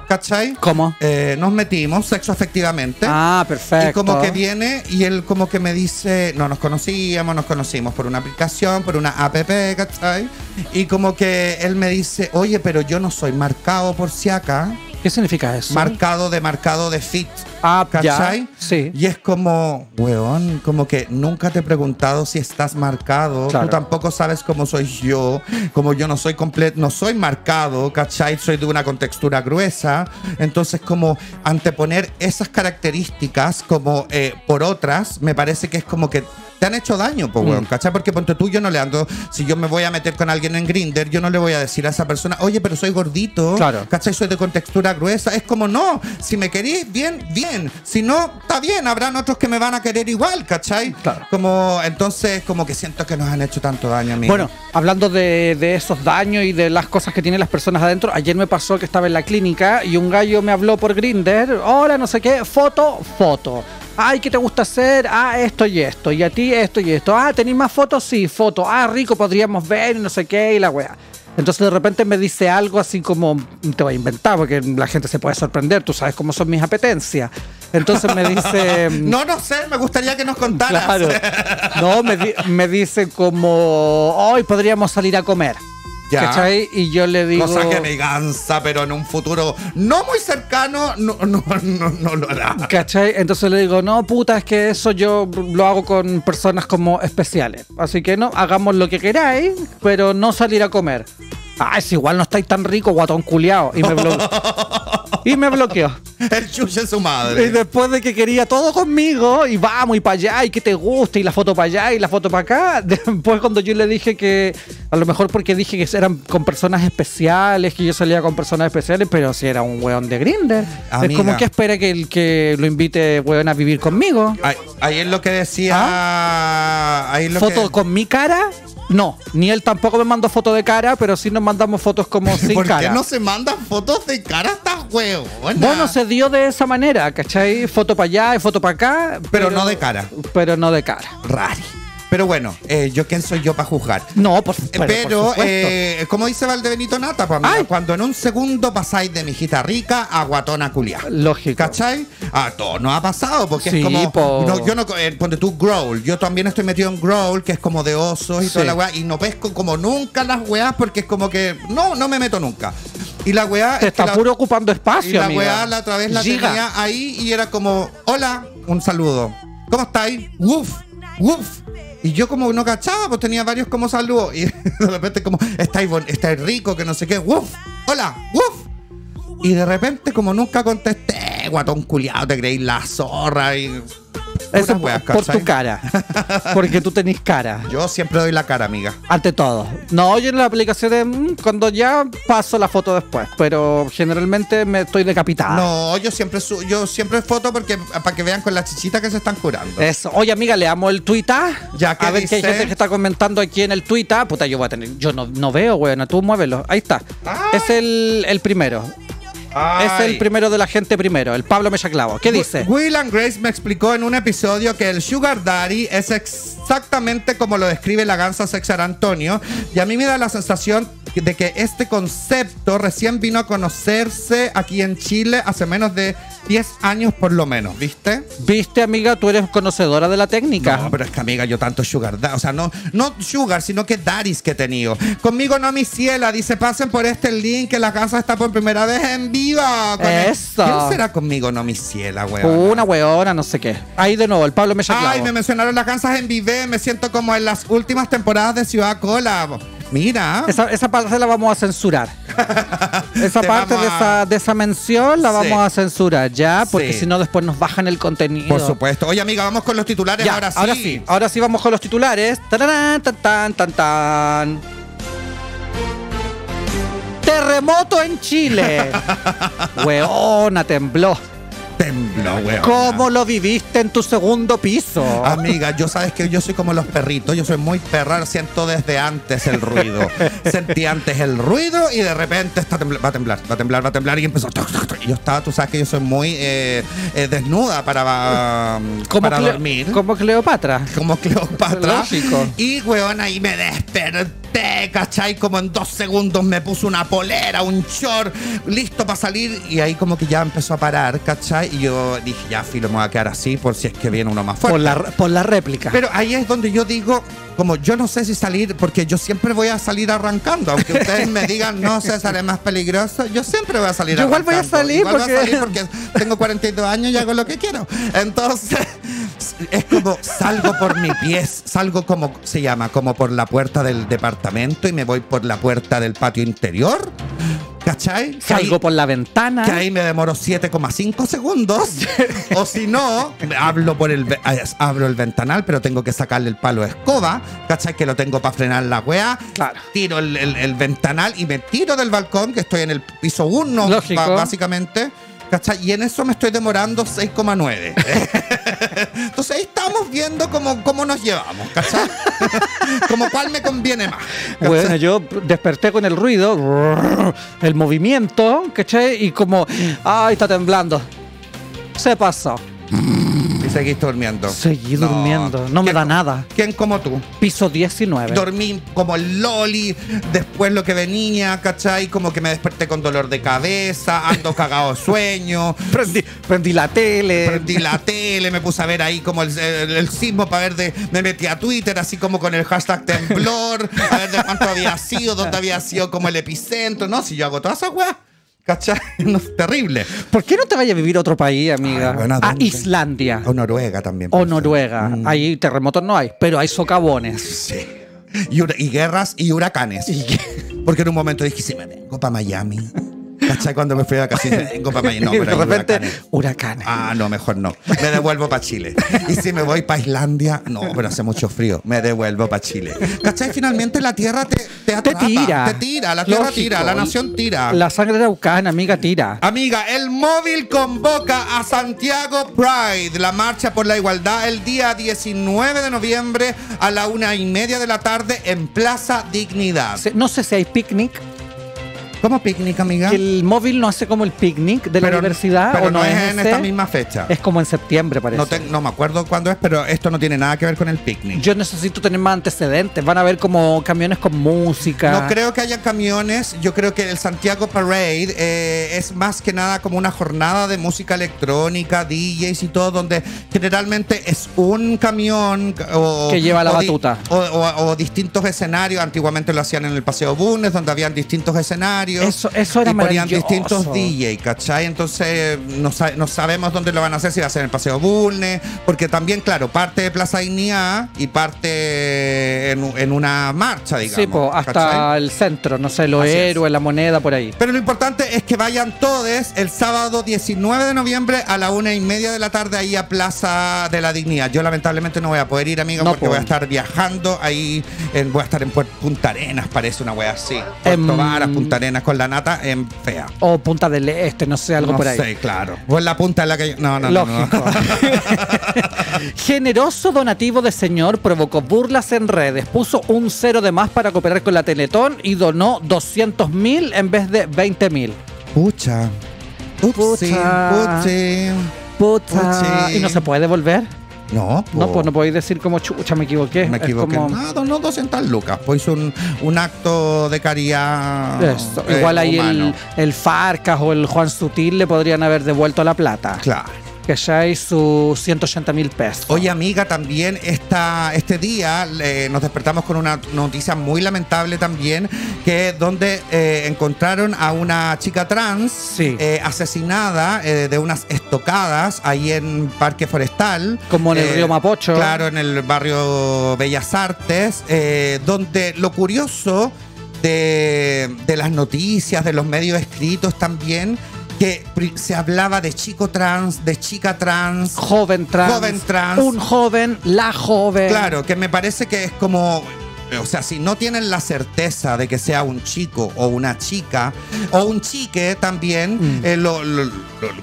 B: ¿cachai?
C: ¿Cómo?
B: Eh, nos metimos sexo afectivamente.
C: Ah, perfecto.
B: Y como que viene y él como que me dice, no nos conocíamos, nos conocimos por una aplicación, por una app, ¿cachai? Y como que él me dice, oye, pero yo no soy marcado por si acá.
C: ¿Qué significa eso?
B: marcado de marcado de fit.
C: Ah, ya,
B: ¿cachai?
C: sí.
B: Y es como, weón, como que nunca te he preguntado si estás marcado.
C: Claro.
B: Tú tampoco sabes cómo soy yo. Como yo no soy completo, no soy marcado, ¿cachai? Soy de una contextura gruesa. Entonces, como anteponer esas características como eh, por otras, me parece que es como que. Te han hecho daño, pues,
C: Mm.
B: weón, ¿cachai? Porque ponte tú, yo no le ando. Si yo me voy a meter con alguien en Grinder, yo no le voy a decir a esa persona, oye, pero soy gordito.
C: Claro.
B: ¿Cachai? Soy de contextura gruesa. Es como, no, si me querís, bien, bien. Si no, está bien, habrán otros que me van a querer igual, ¿cachai?
C: Claro.
B: Como, entonces, como que siento que nos han hecho tanto daño, amigo.
C: Bueno, hablando de, de esos daños y de las cosas que tienen las personas adentro, ayer me pasó que estaba en la clínica y un gallo me habló por Grinder, hola, no sé qué, foto, foto. Ay, ¿qué te gusta hacer? Ah, esto y esto. Y a ti esto y esto. Ah, ¿tenéis más fotos? Sí, foto. Ah, rico, podríamos ver y no sé qué y la weá. Entonces de repente me dice algo así como, te voy a inventar porque la gente se puede sorprender, tú sabes cómo son mis apetencias. Entonces me dice...
B: no, no sé, me gustaría que nos contaras.
C: em, Claro. No, me, di- me dice como, hoy podríamos salir a comer.
B: Ya.
C: ¿Cachai? Y yo le digo...
B: Cosa que me cansa, pero en un futuro no muy cercano, no, no, no, no lo hará.
C: ¿Cachai? Entonces le digo, no, puta, es que eso yo lo hago con personas como especiales. Así que no, hagamos lo que queráis, pero no salir a comer. Ah, es igual, no estáis tan rico, guatón culiao. Y me bloqueó. y me bloqueó.
B: El chuche es su
C: Y
B: madre.
C: después de que quería todo conmigo, y vamos, y para allá, y que te guste, y la foto para allá, y la foto para acá. Después, cuando yo le dije que, a lo mejor porque dije que eran con personas especiales, que yo salía con personas especiales, pero si era un weón de Grinder. Es
B: Amiga.
C: como que espera que el que lo invite, weón, a vivir conmigo.
B: Ahí- Ahí es lo que decía. Ahí es lo
C: ¿Foto
B: que,
C: ¿Ah? con mi cara? No, ni él tampoco me mandó foto de cara, pero sí nos mandamos fotos como sin
B: ¿Por
C: cara.
B: qué no se mandan fotos de cara a estas huevonas?
C: Bueno, se dio de esa manera, ¿cachai? Foto para allá y foto para acá.
B: Pero no de cara.
C: Pero no de cara.
B: Rari. Pero bueno, eh, yo quién soy yo para juzgar.
C: No, por,
B: Eh,
C: pero, por
B: Pero,
C: supuesto.
B: eh, como dice Valdebenito Nata, pues, amiga,
C: Ay.
B: cuando en un segundo pasáis de mijita rica a guatona culiá.
C: Lógico.
B: ¿Cachai? A todo nos ha pasado, porque
C: Sí,
B: es como.
C: po.
B: No, yo no. eh, cuando tú growl, yo también estoy metido en growl, que es como de osos y
C: Sí.
B: toda la weá, y no pesco como nunca las weás, porque es como que. No, no me meto nunca. Y la weá.
C: Te
B: es que
C: está
B: la-
C: puro ocupando
B: Y
C: espacio,
B: la
C: amiga.
B: weá la otra vez la
C: Giga.
B: tenía ahí y era como, hola, un saludo. ¿Cómo estáis? Woof, woof. Y yo como no cachaba, pues tenía varios como saludos. Y de repente como, estáis, bon- estáis rico, que no sé qué. Woof, hola, woof. Y de repente como nunca contesté, guatón culiado, te creí la zorra. Y
C: Eso
B: puras weas,
C: por, por
B: ¿cachai?
C: tu cara. Porque tú tenés cara.
B: Yo siempre doy la cara, amiga.
C: Ante todo. No, yo en la aplicación de, mm, cuando ya paso la foto después, pero generalmente me estoy decapitada.
B: No, yo siempre su- yo siempre foto porque para que vean con las chichitas que se están curando.
C: Eso. Oye, amiga, le amo el Twitter.
B: Ya, ¿qué
C: A ver hay
B: dice?
C: gente que está comentando aquí en el Twitter. Puta, yo voy a tener. Yo no, no veo, weón. Tú muévelo. Ahí está.
B: Ay.
C: Es el, el primero. Es el
B: Ay.
C: primero de la gente primero. El Pablo Mechaclavo. ¿Qué dice?
B: Will and Grace me explicó en un episodio que el Sugar Daddy es exactamente como lo describe la gansa Sexar Antonio. Y a mí me da la sensación de que este concepto recién vino a conocerse aquí en Chile hace menos de 10 años por lo menos, ¿viste?
C: Viste, amiga, tú eres conocedora de la técnica.
B: No, pero es que amiga, yo tanto sugar, da- o sea, no, no sugar, sino que daddies que he tenido. Conmigo no mi ciela, dice, pasen por este link que la casa está por primera vez en viva. Con el-
C: Eso.
B: ¿Quién será conmigo no mi ciela, weón?
C: Una weona, no sé qué. Ahí de nuevo, el Pablo Mesa
B: Ay, me
C: Clavo.
B: mencionaron las gansas en Vive. Me siento como en las últimas temporadas de Ciudad Cola. Mira.
C: Esa, esa parte la vamos a censurar. Esa
B: Te
C: parte
B: vamos
C: de
B: a-
C: esa, de esa mención la
B: Sí.
C: vamos a censurar ya, porque
B: Sí.
C: si no después nos bajan el contenido.
B: Por supuesto. Oye, amiga, vamos con los titulares
C: Ya,
B: ahora sí.
C: ahora sí, ahora sí vamos con los titulares. Tararán, tan, tan, tan, tan. Terremoto en Chile. Weona, tembló.
B: Tembló, weón.
C: ¿Cómo lo viviste en tu segundo piso?
B: Amiga, yo sabes que yo soy como los perritos, yo soy muy perra, siento desde antes el ruido. Sentí antes el ruido y de repente está tembla- va a temblar, va a temblar, va a temblar y empezó. toc, toc, toc. Y yo estaba, tú sabes que yo soy muy eh, eh, desnuda para,
C: Como
B: para
C: Cleo-
B: dormir.
C: Como Cleopatra.
B: como Cleopatra.
C: Lógico.
B: Y, weón, ahí me desperté, ¿cachai? Como en dos segundos me puse una polera, un short, listo para salir. Y ahí como que ya empezó a parar, ¿cachai? Y yo dije, ya, filo, me voy a quedar así por si es que viene uno más fuerte.
C: Por la, por la réplica.
B: Pero ahí es donde yo digo, como yo no sé si salir, porque yo siempre voy a salir arrancando. Aunque ustedes me digan, no, César, es más peligroso, yo siempre voy a salir
C: Yo igual voy
B: arrancando.
C: a salir salir
B: igual voy a
C: porque-
B: salir porque tengo 42 años y hago lo que quiero. Entonces, es como salgo por mi pies, salgo como se llama, como por la puerta del departamento y me voy por la puerta del patio interior. ¿Cachai? Que ahí-
C: Salgo por la ventana.
B: que ahí me demoro 7,5 segundos. o si no, hablo por el ve- eh, abro el ventanal, pero tengo que sacarle el palo de escoba. ¿Cachai? Que lo tengo para frenar la weá.
C: Claro.
B: Tiro el, el- el ventanal y me tiro del balcón, que estoy en el piso 1,
C: Lógico.
B: básicamente. ¿Cachai? Y en eso me estoy demorando 6,9. Entonces ahí estamos viendo cómo, cómo nos llevamos, ¿cachai? como cuál me conviene más. ¿cachai?
C: Bueno, yo desperté con el ruido, el movimiento, ¿cachai? Y como, ay, está temblando. Se pasó.
B: Y seguís durmiendo.
C: Seguí durmiendo. No me
B: ¿Quién-
C: da nada.
B: ¿Quién como tú?
C: Piso 19.
B: Dormí como el loli, después lo que venía, ¿cachai? Como que me desperté con dolor de cabeza, ando cagado de sueño,
C: Prendí, prendí la tele.
B: prendí la tele, me puse a ver ahí como el, el- el sismo para ver de... Me metí a Twitter así como con el hashtag temblor, a ver de cuánto había sido, dónde había sido como el epicentro, ¿no? Si yo hago todas esas weas, ¿cachai? No, es terrible.
C: ¿Por qué no te vayas a vivir a otro país, amiga?
B: Ay, bueno,
C: a
B: ¿dónde?
C: Islandia
B: O Noruega también.
C: o
B: puede ser. Mm.
C: Noruega. Ahí terremotos no hay, pero hay socavones.
B: Sí. Y, hura- y guerras y huracanes. Porque en un momento dije, si me vengo para Miami. ¿Cachai? Cuando me fui de vacaciones, me vengo para Miami. No,
C: y
B: pero
C: de
B: hay
C: repente,
B: huracanes.
C: huracanes.
B: Ah, no, mejor no. Me devuelvo para Chile. Y si me voy para Islandia, no, pero hace mucho frío. Me devuelvo para Chile. ¿Cachai? Finalmente la tierra te, te atrapa.
C: tira.
B: Te tira, la tierra
C: Lógico.
B: tira, la nación tira.
C: La sangre araucana, amiga, tira.
B: Amiga, el móvil convoca a Santiago Pride, la marcha por la igualdad, el día 19 de noviembre a la una y media de la tarde en Plaza Dignidad.
C: Se- No sé si hay picnic.
B: ¿Cómo picnic, amiga?
C: que el móvil no hace como el picnic de la
B: Pero-
C: universidad
B: pero
C: o no, es,
B: en
C: ese?
B: esta misma fecha.
C: Es como en septiembre parece.
B: No, te- no me acuerdo cuándo es, pero esto no tiene nada que ver con el picnic.
C: Yo necesito tener más antecedentes. Van a ver como camiones con música.
B: No creo que haya camiones. Yo creo que el Santiago Parade eh, es más que nada como una jornada de música electrónica, DJs y todo, donde generalmente es un camión o,
C: Que lleva la
B: o di-
C: batuta.
B: O, o- o distintos escenarios. Antiguamente lo hacían en el Paseo Bunes, donde habían distintos escenarios.
C: Eso- eso era
B: y ponían
C: maravilloso.
B: distintos DJ, eh, ¿cachai? Entonces no, sa- no sabemos dónde lo van a hacer, si va a ser en el Paseo Bulnes, porque también, claro, parte de Plaza Dignidad y parte en, u- en una marcha, digamos.
C: sí, po, hasta
B: ¿cachai?
C: el centro, no sé, los
B: Así es.
C: héroes, la moneda, por ahí.
B: Pero lo importante es que vayan todos el sábado 19 de noviembre a la una y media de la tarde ahí a Plaza de la Dignidad. Yo lamentablemente no voy a poder ir, amigo,
C: No,
B: porque
C: po.
B: voy a estar viajando ahí, en- voy a estar en Puer- Punta Arenas, parece una wea así. Puerto
C: Em.
B: Varas, Punta Arenas con la nata en fea.
C: O Punta del Este, no sé, algo
B: no
C: por ahí.
B: sé, claro. O en la punta de la calle. No, no, no, no.
C: Lógico. Generoso donativo de señor provocó burlas en redes, puso un cero de más para cooperar con la Teletón y donó 200 mil en vez de 20 mil.
B: Pucha. Upsi,
C: Pucha.
B: upsi.
C: Puta.
B: Puchi.
C: ¿Y no se puede devolver?
B: No,
C: No,
B: po.
C: pues no podéis decir como chucha, me equivoqué.
B: Me
C: Es
B: equivoqué.
C: como-
B: No, no, 200 lucas. Pues un, un acto de caridad.
C: Eso.
B: eh,
C: Igual ahí el,
B: humano.
C: el Farcas o el Juan Sutil le podrían haber devuelto la plata.
B: Claro.
C: Que ya hay sus 180 mil pesos.
B: Oye, amiga, también esta, este día eh, nos despertamos con una noticia muy lamentable también, que es donde eh, encontraron a una chica trans
C: Sí.
B: eh, asesinada eh, de unas estocadas ahí en Parque Forestal.
C: Como en el
B: Eh,
C: río Mapocho.
B: Claro, en el barrio Bellas Artes, eh, donde lo curioso de, de las noticias, de los medios escritos también, que pri- se hablaba de chico trans, de chica trans.
C: Joven trans.
B: Joven trans.
C: Un joven, la joven.
B: Claro, que me parece que es como. O sea, si no tienen la certeza de que sea un chico o una chica, o un chique
C: Mm.
B: también, eh, lo- lo- lo-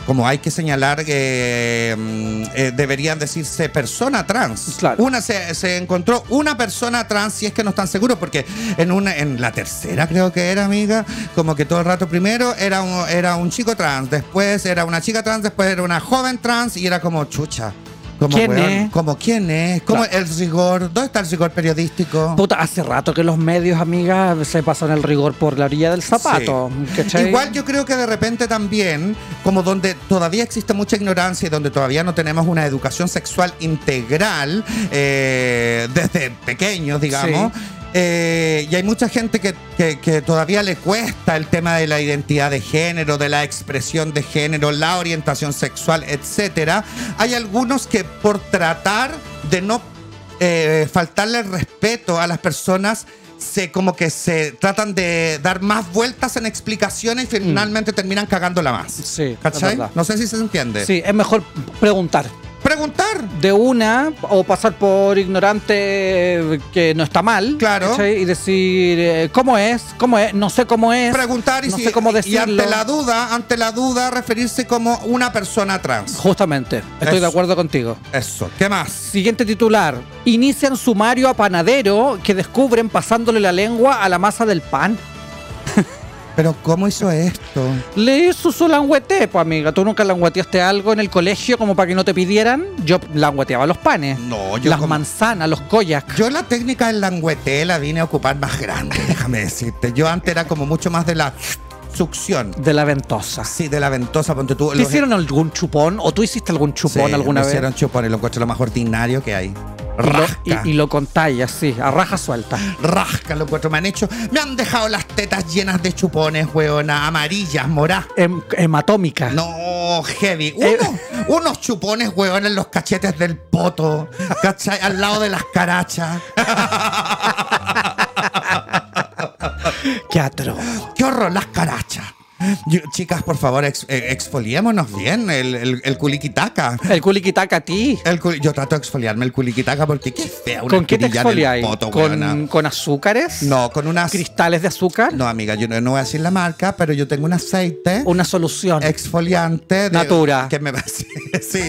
B: como hay que señalar, que deberían decirse persona trans.
C: Claro.
B: Una se, se encontró una persona trans, si es que no están seguros, porque en una en la tercera creo que era, amiga, como que todo el rato primero era un, era un chico trans, después era una chica trans, después era una joven trans y era como chucha. Como,
C: ¿Quién
B: weón,
C: es?
B: como quién es, como
C: Claro.
B: el rigor, ¿dónde está el rigor periodístico?
C: Puta, hace rato que los medios, amigas, se pasan el rigor por la orilla del zapato.
B: Sí.
C: ¿cachai?
B: Igual yo creo que de repente también, como donde todavía existe mucha ignorancia y donde todavía no tenemos una educación sexual integral eh, desde pequeños, digamos. Eh, y hay mucha gente que, que- que todavía le cuesta el tema de la identidad de género, de la expresión de género, la orientación sexual, etcétera. Hay algunos que por tratar de no eh, faltarle el respeto a las personas se como que se tratan de dar más vueltas en explicaciones y finalmente terminan cagándola más.
C: Mm. Sí, es
B: ¿Cachai?
C: verdad.
B: No sé si se entiende.
C: Sí, es mejor preguntar
B: Preguntar.
C: de una o pasar por ignorante que no está mal.
B: Claro.
C: ¿cachai? Y decir, eh, ¿cómo es? ¿Cómo es? No sé cómo es.
B: Preguntar y,
C: no
B: si-
C: sé cómo
B: y
C: decirlo.
B: ante la duda, ante la duda referirse como una persona trans.
C: Justamente, estoy de
B: Eso.
C: acuerdo contigo.
B: Eso. ¿Qué más?
C: Siguiente titular. Inician sumario a panadero que descubren pasándole la lengua a la masa del pan.
B: Pero ¿cómo hizo esto?
C: Le hizo su langüete, pues amiga. ¿Tú nunca langüeteaste algo en el colegio como para que no te pidieran? Yo langueteaba los panes.
B: No, yo
C: Las
B: como-
C: manzanas, los koyak.
B: Yo la técnica del langüete la vine a ocupar más grande, déjame decirte. Yo antes era como mucho más de la succión.
C: De la ventosa.
B: Sí, de la ventosa, ponte tú.
C: ¿Te
B: los-
C: hicieron algún chupón? ¿O tú hiciste algún
B: Sí,
C: chupón alguna
B: me
C: vez?
B: hicieron chupón y lo encuentro lo más ordinario que hay.
C: Y lo-
B: Rasca.
C: Y, y lo contáis así, a raja suelta.
B: Rasca lo encuentro. Me han hecho. Me han dejado las tetas llenas de chupones, weona. Amarillas, morás.
C: Hem- Em, hematómica.
B: No, heavy.
C: Eh.
B: Unos, unos chupones, weón, en los cachetes del poto. ¿Cachai? Al lado de las carachas.
C: Qué atroz.
B: ¡Qué horror las carachas! Yo- chicas, por favor, ex- eh, exfoliémonos bien el, el, el culiquitaca.
C: El culiquitaca a ti.
B: El culi- yo trato de exfoliarme el culiquitaca porque qué fea una
C: ¿Con qué te
B: espinilla en el
C: exfoliáis?
B: poto,
C: ¿Con,
B: weona.
C: ¿Con azúcares?
B: No, con unas...
C: ¿Cristales de azúcar?
B: No, amiga, yo no, no voy a decir la marca, pero yo tengo un aceite
C: Una solución.
B: exfoliante de-
C: Natura.
B: que me sí, sí,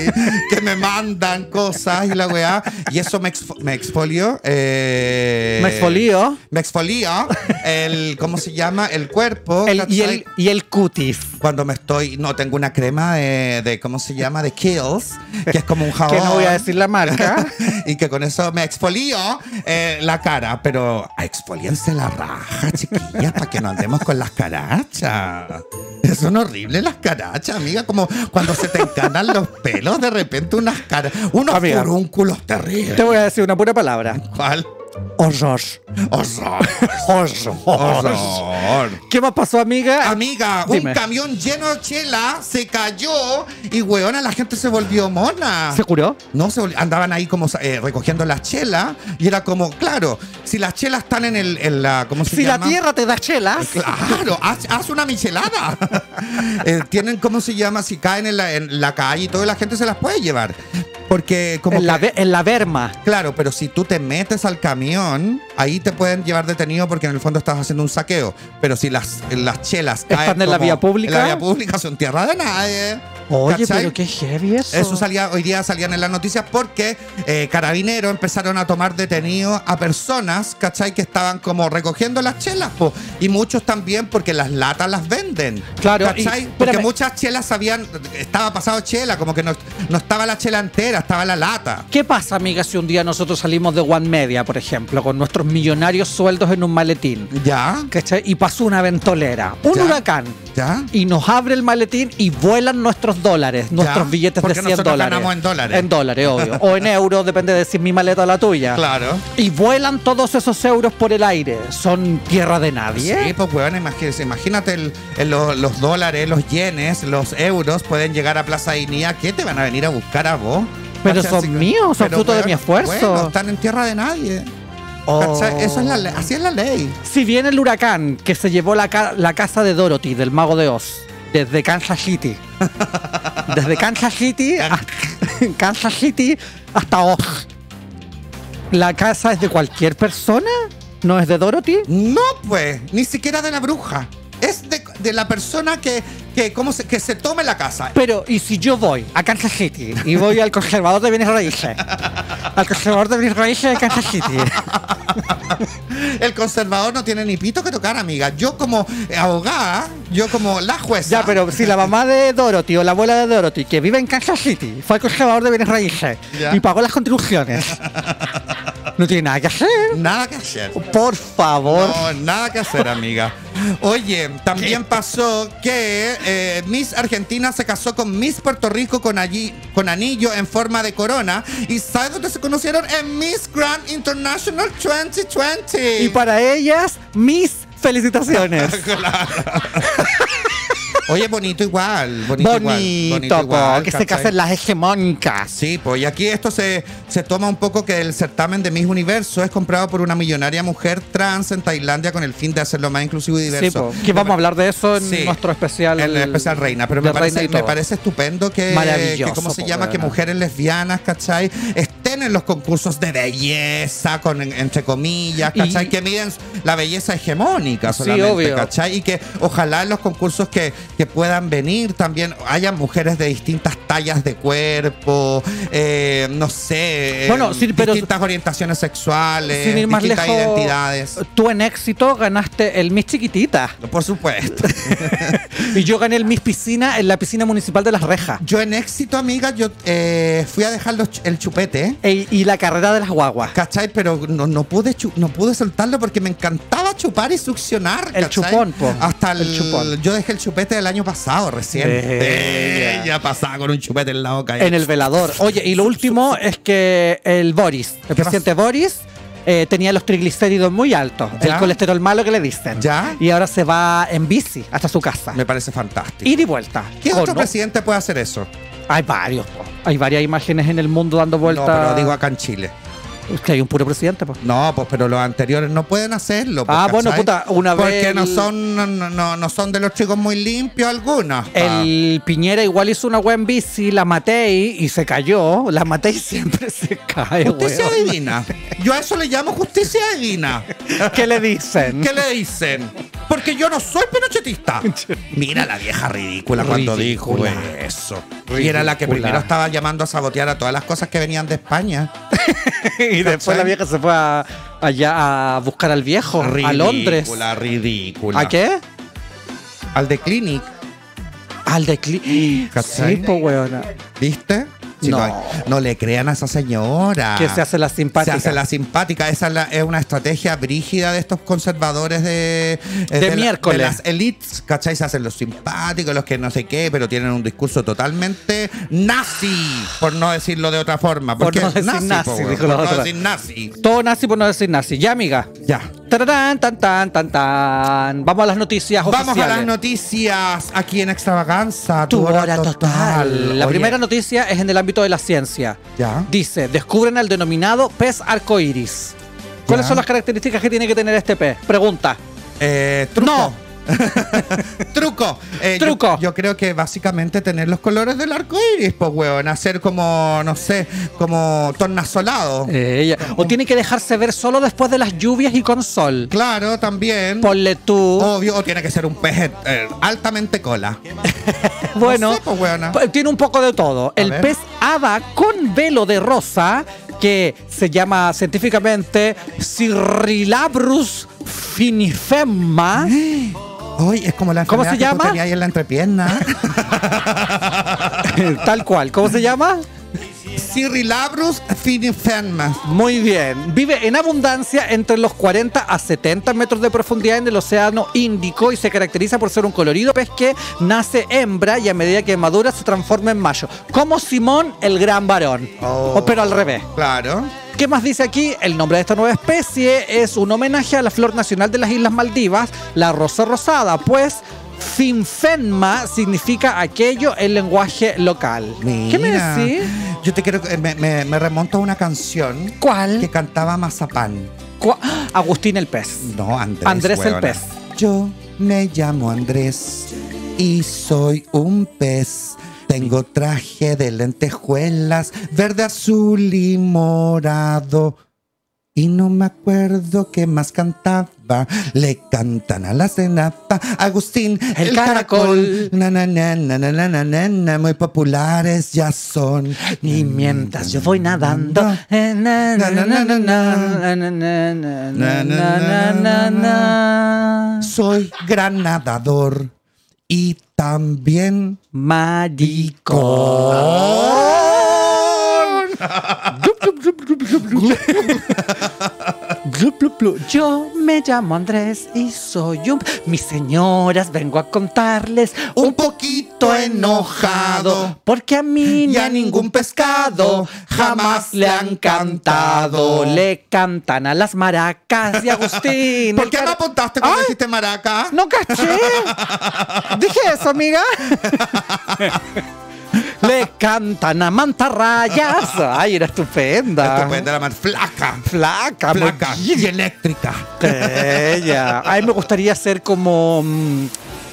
B: que me mandan cosas y la weá y eso me, exfo- me exfolio eh,
C: Me exfolio.
B: me exfolio el cómo se llama el cuerpo
C: El- y,
B: ¿cachai?
C: el, y el cutis.
B: cuando me estoy, no, tengo una crema de, de ¿cómo se llama? De Kills, que es como un jabón.
C: Que no voy a decir la marca.
B: y que con eso me exfolío eh, la cara, pero exfolíense la raja, chiquillas, para que no andemos con las carachas. Son horribles las carachas, amiga, como cuando se te encanan los pelos, de repente unas caras, unos
C: Amiga.
B: furúnculos terribles.
C: Te voy a decir una pura palabra.
B: ¿Cuál?
C: Horror.
B: Horror.
C: Horror.
B: Horror.
C: ¿Qué más pasó, amiga?
B: Amiga,
C: Dime.
B: un camión lleno de chela se cayó y, weona, la gente se volvió mona.
C: ¿Se curó?
B: No, se vol- andaban ahí como eh, recogiendo las chelas y era como, claro, si las chelas están en, el, en la, ¿cómo se
C: Si la
B: llama?
C: tierra te da chelas.
B: Claro, haz, haz una michelada. Eh, tienen, ¿cómo se llama? Si caen en la, en la calle y toda la gente se las puede llevar. Porque como...
C: En la,
B: que-
C: ve- en la verma.
B: Claro, pero si tú te metes al camión, ahí te pueden llevar detenido porque en el fondo estás haciendo un saqueo. Pero si las, las chelas
C: Están
B: caen
C: en la
B: como
C: vía pública.
B: en la vía pública son tierra de nadie.
C: Oye,
B: ¿cachai?
C: pero qué heavy eso.
B: Eso salía, hoy día salían en las noticias porque eh, carabineros empezaron a tomar detenidos a personas, ¿cachai? Que estaban como recogiendo las chelas, po. Y muchos también porque las latas las venden.
C: Claro, y-
B: ¿cachai?
C: espérame.
B: porque muchas chelas habían, estaba pasado chela, como que no, no estaba la chela entera, estaba la lata.
C: ¿Qué pasa, amiga, si un día nosotros salimos de One Media, por ejemplo, con nuestros millonarios sueldos en un maletín?
B: ¿Ya?
C: ¿Cachai? Y pasó una ventolera, un
B: Ya.
C: huracán,
B: ¿Ya?
C: y nos abre el maletín y vuelan nuestros dólares, nuestros billetes de
B: porque
C: 100
B: nosotros
C: dólares.
B: ganamos en dólares.
C: En dólares, obvio. o en euros, depende de si es mi maleta o la tuya.
B: Claro.
C: Y vuelan todos esos euros por el aire. Son tierra de nadie.
B: Sí, pues weón, imagínate, imagínate el- el- lo- los dólares, los yenes, los euros pueden llegar a Plaza Inía. ¿Qué te van a venir a buscar a vos?
C: Pero
B: ¿Cachai?
C: son
B: Así que-
C: míos, son
B: pero,
C: fruto de
B: weón,
C: mi esfuerzo.
B: Bueno, están en tierra de nadie.
C: Oh.
B: ¿Cachai? Esa es la le- así es la ley.
C: Si viene el huracán que se llevó la, ca- la casa de Dorothy, del mago de Oz, desde Kansas City. Desde Kansas City, hasta, Kansas City hasta Oz. ¿La casa es de cualquier persona? ¿No es de Dorothy?
B: No, pues, ni siquiera de la bruja. Es de, de la persona que, que, ¿cómo se, que se tome la casa.
C: Pero, ¿y si yo voy a Kansas City y voy al conservador de bienes raíces? Al conservador de bienes raíces de Kansas City.
B: El conservador no tiene ni pito que tocar, amiga. Yo como abogada, yo como la jueza.
C: Ya, pero si la mamá de Dorothy o la abuela de Dorothy, que vive en Kansas City, fue al conservador de bienes raíces
B: Ya.
C: y pagó las contribuciones, no tiene nada que hacer.
B: Nada que hacer.
C: Por favor.
B: No, nada que hacer, amiga. Oye, también pasó que eh, Miss Argentina se casó con Miss Puerto Rico con, allí, con anillo en forma de corona. ¿Y sabes dónde se conocieron? En Miss Grand International 2020.
C: Y para ellas, mis felicitaciones.
B: Oye, bonito igual. Bonito,
C: Bonito,
B: igual,
C: po,
B: igual,
C: que se
B: ¿cachai?
C: casen las hegemónicas.
B: Sí, pues y aquí esto se, se toma un poco que el certamen de Miss Universo es comprado por una millonaria mujer trans en Tailandia con el fin de hacerlo más inclusivo y
C: Sí,
B: diverso.
C: po, que vamos a hablar de eso en
B: Sí,
C: nuestro especial.
B: En el especial Reina, pero
C: de
B: me parece,
C: Reina y
B: me
C: todo.
B: parece estupendo que,
C: Maravilloso,
B: que ¿cómo se
C: po,
B: llama? Que
C: weona.
B: mujeres lesbianas, ¿cachai? Estén en los concursos de belleza, con en- entre comillas,
C: Y-
B: ¿cachai? que miden la belleza hegemónica
C: Sí,
B: solamente,
C: obvio.
B: ¿cachai? Y que ojalá en los concursos que, que puedan venir también haya mujeres de distintas tallas de cuerpo, eh, no sé, eh,
C: Bueno, sí, pero-
B: distintas orientaciones sexuales,
C: Sin ir más
B: distintas
C: lejos,
B: identidades.
C: tú en éxito ganaste el Miss Chiquitita
B: Por supuesto.
C: y yo gané el Miss Piscina en la piscina municipal de Las Rejas
B: Yo en éxito, amiga, yo eh, fui a dejar los ch- el chupete,
C: E- y la carrera de las guaguas.
B: ¿cachai? Pero no, no pude chu- no pude soltarlo porque me encantaba chupar y succionar.
C: El
B: ¿cachai?
C: chupón, po.
B: Hasta el,
C: El chupón.
B: Yo dejé el chupete del año pasado recién.
C: Bella.
B: Eh, ya pasaba con un chupete en la boca.
C: En el velador. Oye, y lo último es que el Boris, el presidente Boris, eh, tenía los triglicéridos muy altos,
B: Ya.
C: el colesterol malo que le dicen.
B: Ya.
C: Y ahora se va en bici hasta su casa.
B: Me parece fantástico.
C: Ir y vuelta.
B: ¿Qué
C: Con-
B: otro presidente puede hacer eso?
C: Hay varios. po. Hay varias imágenes en el mundo dando vuelta.
B: No, pero digo acá en Chile.
C: Es que hay un puro presidente, po.
B: No, pues pero los anteriores no pueden hacerlo. pues,
C: Ah, bueno,
B: ¿cachai?
C: puta, una vez
B: Porque no
C: el-
B: son, no, no- no son de los chicos muy limpios algunos. pa.
C: El Piñera igual hizo una web en bici, la Matei, y se cayó. La Matei siempre se cae,
B: Justicia
C: weón.
B: divina. Yo a eso le llamo justicia divina.
C: ¿Qué le dicen?
B: ¿Qué le dicen? Porque yo no soy pinochetista. Mira la vieja ridícula cuando dijo
C: Ridícula.
B: eso. Y era la que
C: Ridícula.
B: primero estaba llamando a sabotear a todas las cosas que venían de España.
C: y después la vieja se fue a- allá a buscar al viejo, a Londres.
B: Ridícula, ridícula.
C: ¿A qué?
B: Al de Clinic.
C: Al de Cli-
B: ¿Cachai?
C: Sí, po, weona.
B: ¿Viste? Si
C: No.
B: no le crean a esa señora.
C: Que Ah. se hace la simpática.
B: Se hace la simpática. Esa es, la- es una estrategia brígida de estos conservadores de... eh, la-
C: miércoles.
B: de las elites, ¿cachai? Se hacen los simpáticos, los que no sé qué, pero tienen un discurso totalmente nazi, por no decirlo de otra forma.
C: Por
B: Porque
C: no
B: es
C: decir nazi,
B: po,
C: dijo
B: por
C: la
B: no
C: otra.
B: decir nazi.
C: Todo nazi por no decir nazi. Ya, amiga.
B: Ya.
C: Tararán, tan, tan, tan, tan. Vamos a las noticias
B: Vamos a las
C: oficiales.
B: noticias aquí en Extravaganza.
C: Tu hora total. La
B: Oye,
C: primera noticia es en el ámbito de la ciencia.
B: Ya.
C: Dice, descubren al denominado pez arcoiris. ¿Cuáles
B: Ya.
C: son las características que tiene que tener este pez? Pregunta.
B: Eh, truco.
C: No.
B: truco. Eh, yo-
C: Truco.
B: Yo, creo que básicamente tener los colores del arco iris, pues, weón. Hacer como, no sé, como tornasolado.
C: Ella. O tiene que dejarse ver solo después de las lluvias y con sol.
B: Claro, también.
C: Ponle tú.
B: Obvio, o tiene que ser un pez eh, altamente cola.
C: bueno,
B: no sé, pues, weona.
C: pa- tiene un poco de todo. el
B: ver.
C: pez hada con velo de rosa, que se llama científicamente Cirrilabrus finifemma.
B: Hoy es como la
C: ¿Cómo
B: enfermedad
C: se
B: que tú
C: llama?
B: tenías ahí en la entrepierna.
C: Tal cual. ¿Cómo se llama?
B: Cirrilabrus finifermas.
C: Muy bien. Vive en abundancia entre los 40 a 70 metros de profundidad en el océano Índico y se caracteriza por ser un colorido pez que nace hembra y a medida que madura se transforma en macho. Como Simón el gran varón.
B: Oh.
C: O, pero al revés.
B: Claro.
C: ¿Qué más dice aquí? El nombre de esta nueva especie es un homenaje a la flor nacional de las Islas Maldivas, la rosa rosada, pues finfenma significa aquello en lenguaje local. ¿Qué me
B: Mira,
C: decís?
B: Yo te quiero. eh, Me, me- me remonto a una canción
C: ¿Cuál?
B: que cantaba Mazapán.
C: Cua- Agustín el pez.
B: No, Andrés.
C: Andrés el
B: huevona.
C: pez.
B: Yo me llamo Andrés y soy un pez. Tengo traje de lentejuelas, verde, azul y morado. Y no me acuerdo qué más cantaba. Le cantan a la cenapa. Agustín,
C: El
B: el,
C: caracol.
B: caracol. Na, na, na, na, na, na, na, na, na, muy populares ya son. Mm,
C: Y mientras yo voy nadando. eh, na, na, na, na, na, na, na, na, na, na, na, na, na.
B: Soy gran nadador y también
C: Maricón. Glup, glup, glup, glup, glup, glup. Glup, glup, Plu. Yo me llamo Andrés y soy un... Mis señoras, vengo a contarles
B: Un poquito enojado.
C: Porque a mí
B: Y
C: ni
B: a ningún pescado jamás le han cantado.
C: Le cantan a las maracas y Agustín.
B: ¿Por
C: el
B: qué
C: car-
B: me apuntaste cuando
C: Ay,
B: dijiste maraca?
C: No caché. Dije eso, amiga. Le cantan a mantarrayas. Ay, era estupenda.
B: Esto puede dar más flaca.
C: Flaca,
B: Flaca y eléctrica.
C: Bella. A mí me gustaría ser como mm,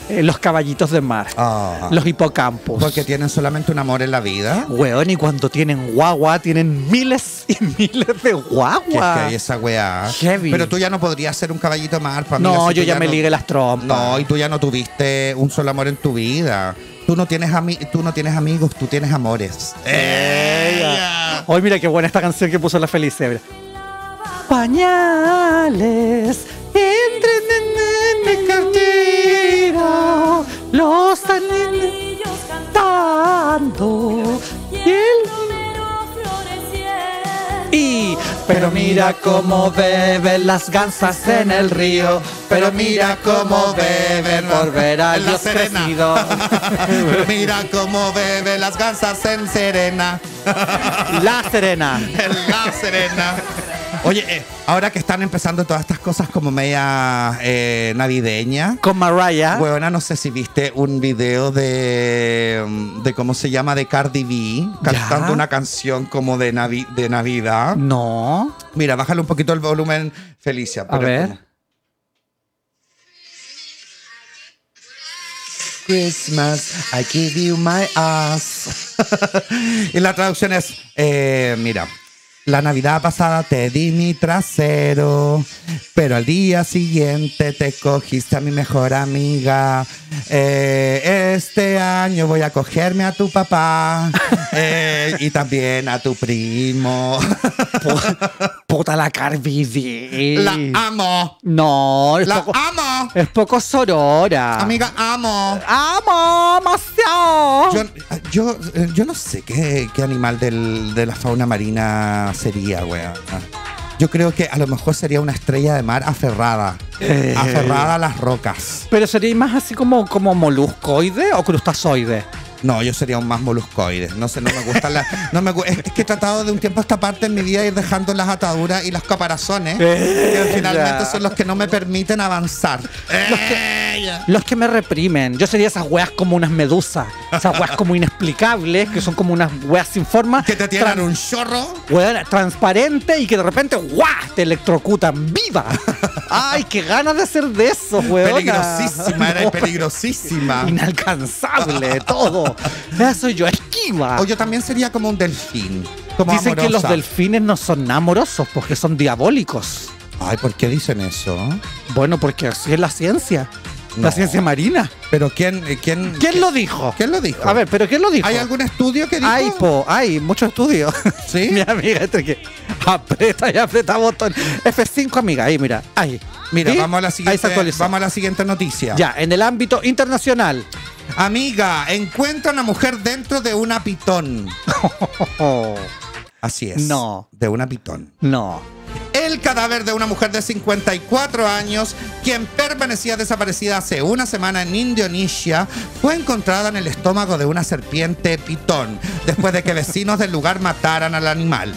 C: eh, los caballitos de mar,
B: Ah.
C: los hipocampos.
B: Porque tienen solamente un amor en la vida.
C: Weón, y cuando tienen guagua, tienen miles y miles de
B: Que es que
C: guagua.
B: hay esa weá.
C: Heavy.
B: Pero tú ya no podrías ser un caballito más, para
C: no, yo ya, me ligué las trompas.
B: No, y tú ya no tuviste un solo amor en tu vida. Tú no tienes, ami- tú no tienes amigos, tú tienes amores. ¡Ella!
C: Hoy mira qué buena esta canción que puso la Felicia. mira. Pañales entren en el cartero, los están
D: Ellos
C: cantando
D: y
C: y el
D: el romero floreciendo.
C: Y, pero mira cómo beben las gansas en el río, pero mira cómo beben por ver a
B: En la
C: Dios
B: Serena.
C: crecido.
B: Pero Mira cómo bebe las gansas en Serena.
C: La Serena.
B: En la Serena. Oye, eh, ahora que están empezando todas estas cosas como media eh, navideña.
C: Con Mariah.
B: Huevona, no sé si viste un video de, mm, de cómo se llama, de Cardi B,
C: Ya.
B: cantando una canción como de, navi- de Navidad.
C: No.
B: Mira, bájale un poquito el volumen, Felicia.
C: A
B: pero
C: ver.
B: como- Christmas, I give you my ass. y la traducción es, eh, mira, la Navidad pasada te di mi trasero, pero al día siguiente te cogiste a mi mejor amiga. Eh, este año voy a cogerme a tu papá eh, y también a tu primo.
C: Puta la Carvidi.
B: la amo.
C: No, es
B: La
C: poco,
B: amo.
C: es poco sorora.
B: Amiga, amo.
C: ¡Amo, demasiado!
B: Yo, yo, yo no sé qué, qué animal del- de la fauna marina sería, weón. Yo creo que a lo mejor sería una estrella de mar aferrada.
C: Eh.
B: Aferrada a las rocas.
C: Pero sería más así como, como moluscoide o crustazoide.
B: No, yo sería un más moluscoide. No sé, no me gustan las. No me, gu- es que he tratado de un tiempo a esta parte en mi vida ir dejando las ataduras y los caparazones,
C: Eh,
B: que
C: ya.
B: finalmente son los que no me permiten avanzar. Eh, ya.
C: Los que me reprimen. Yo sería esas weas como unas medusas. Esas weas como inexplicables, que son como unas weas sin forma.
B: Que te tiran
C: Tran-
B: un chorro.
C: Weona, transparente y que de repente, ¡guau! Te electrocutan viva. ¡Ay, qué ganas de ser de esos, weona!
B: Peligrosísima, era
C: No,
B: peligrosísima.
C: Inalcanzable, todo. Eso yo, esquiva.
B: O yo también sería como un delfín. Como
C: Ah. Dicen que los
B: amorosa.
C: delfines no son amorosos porque son diabólicos.
B: Ay, ¿por qué dicen eso?
C: Bueno, porque así es la ciencia. La
B: No.
C: ciencia marina.
B: Pero ¿quién, eh, quién,
C: ¿Quién lo dijo?
B: ¿Quién lo dijo?
C: A ver, ¿pero quién lo dijo?
B: ¿hay algún estudio que diga?
C: Ay, po, hay muchos estudios.
B: ¿Sí?
C: Mi amiga, este que aprieta y aprieta botón. F5, amiga, ahí, mira, ahí.
B: Mira,
C: ¿Sí?
B: vamos a la
C: Ahí se
B: siguiente.
C: actualiza.
B: Vamos a la siguiente noticia.
C: Ya, en el ámbito internacional.
B: Amiga, encuentra una mujer dentro de una pitón.
C: Oh,
B: Así es.
C: No.
B: De una pitón.
C: no.
B: El cadáver de una mujer de 54 años, quien permanecía desaparecida hace una semana en Indonesia, fue encontrada en el estómago de una serpiente pitón, después de que vecinos del lugar mataran al animal.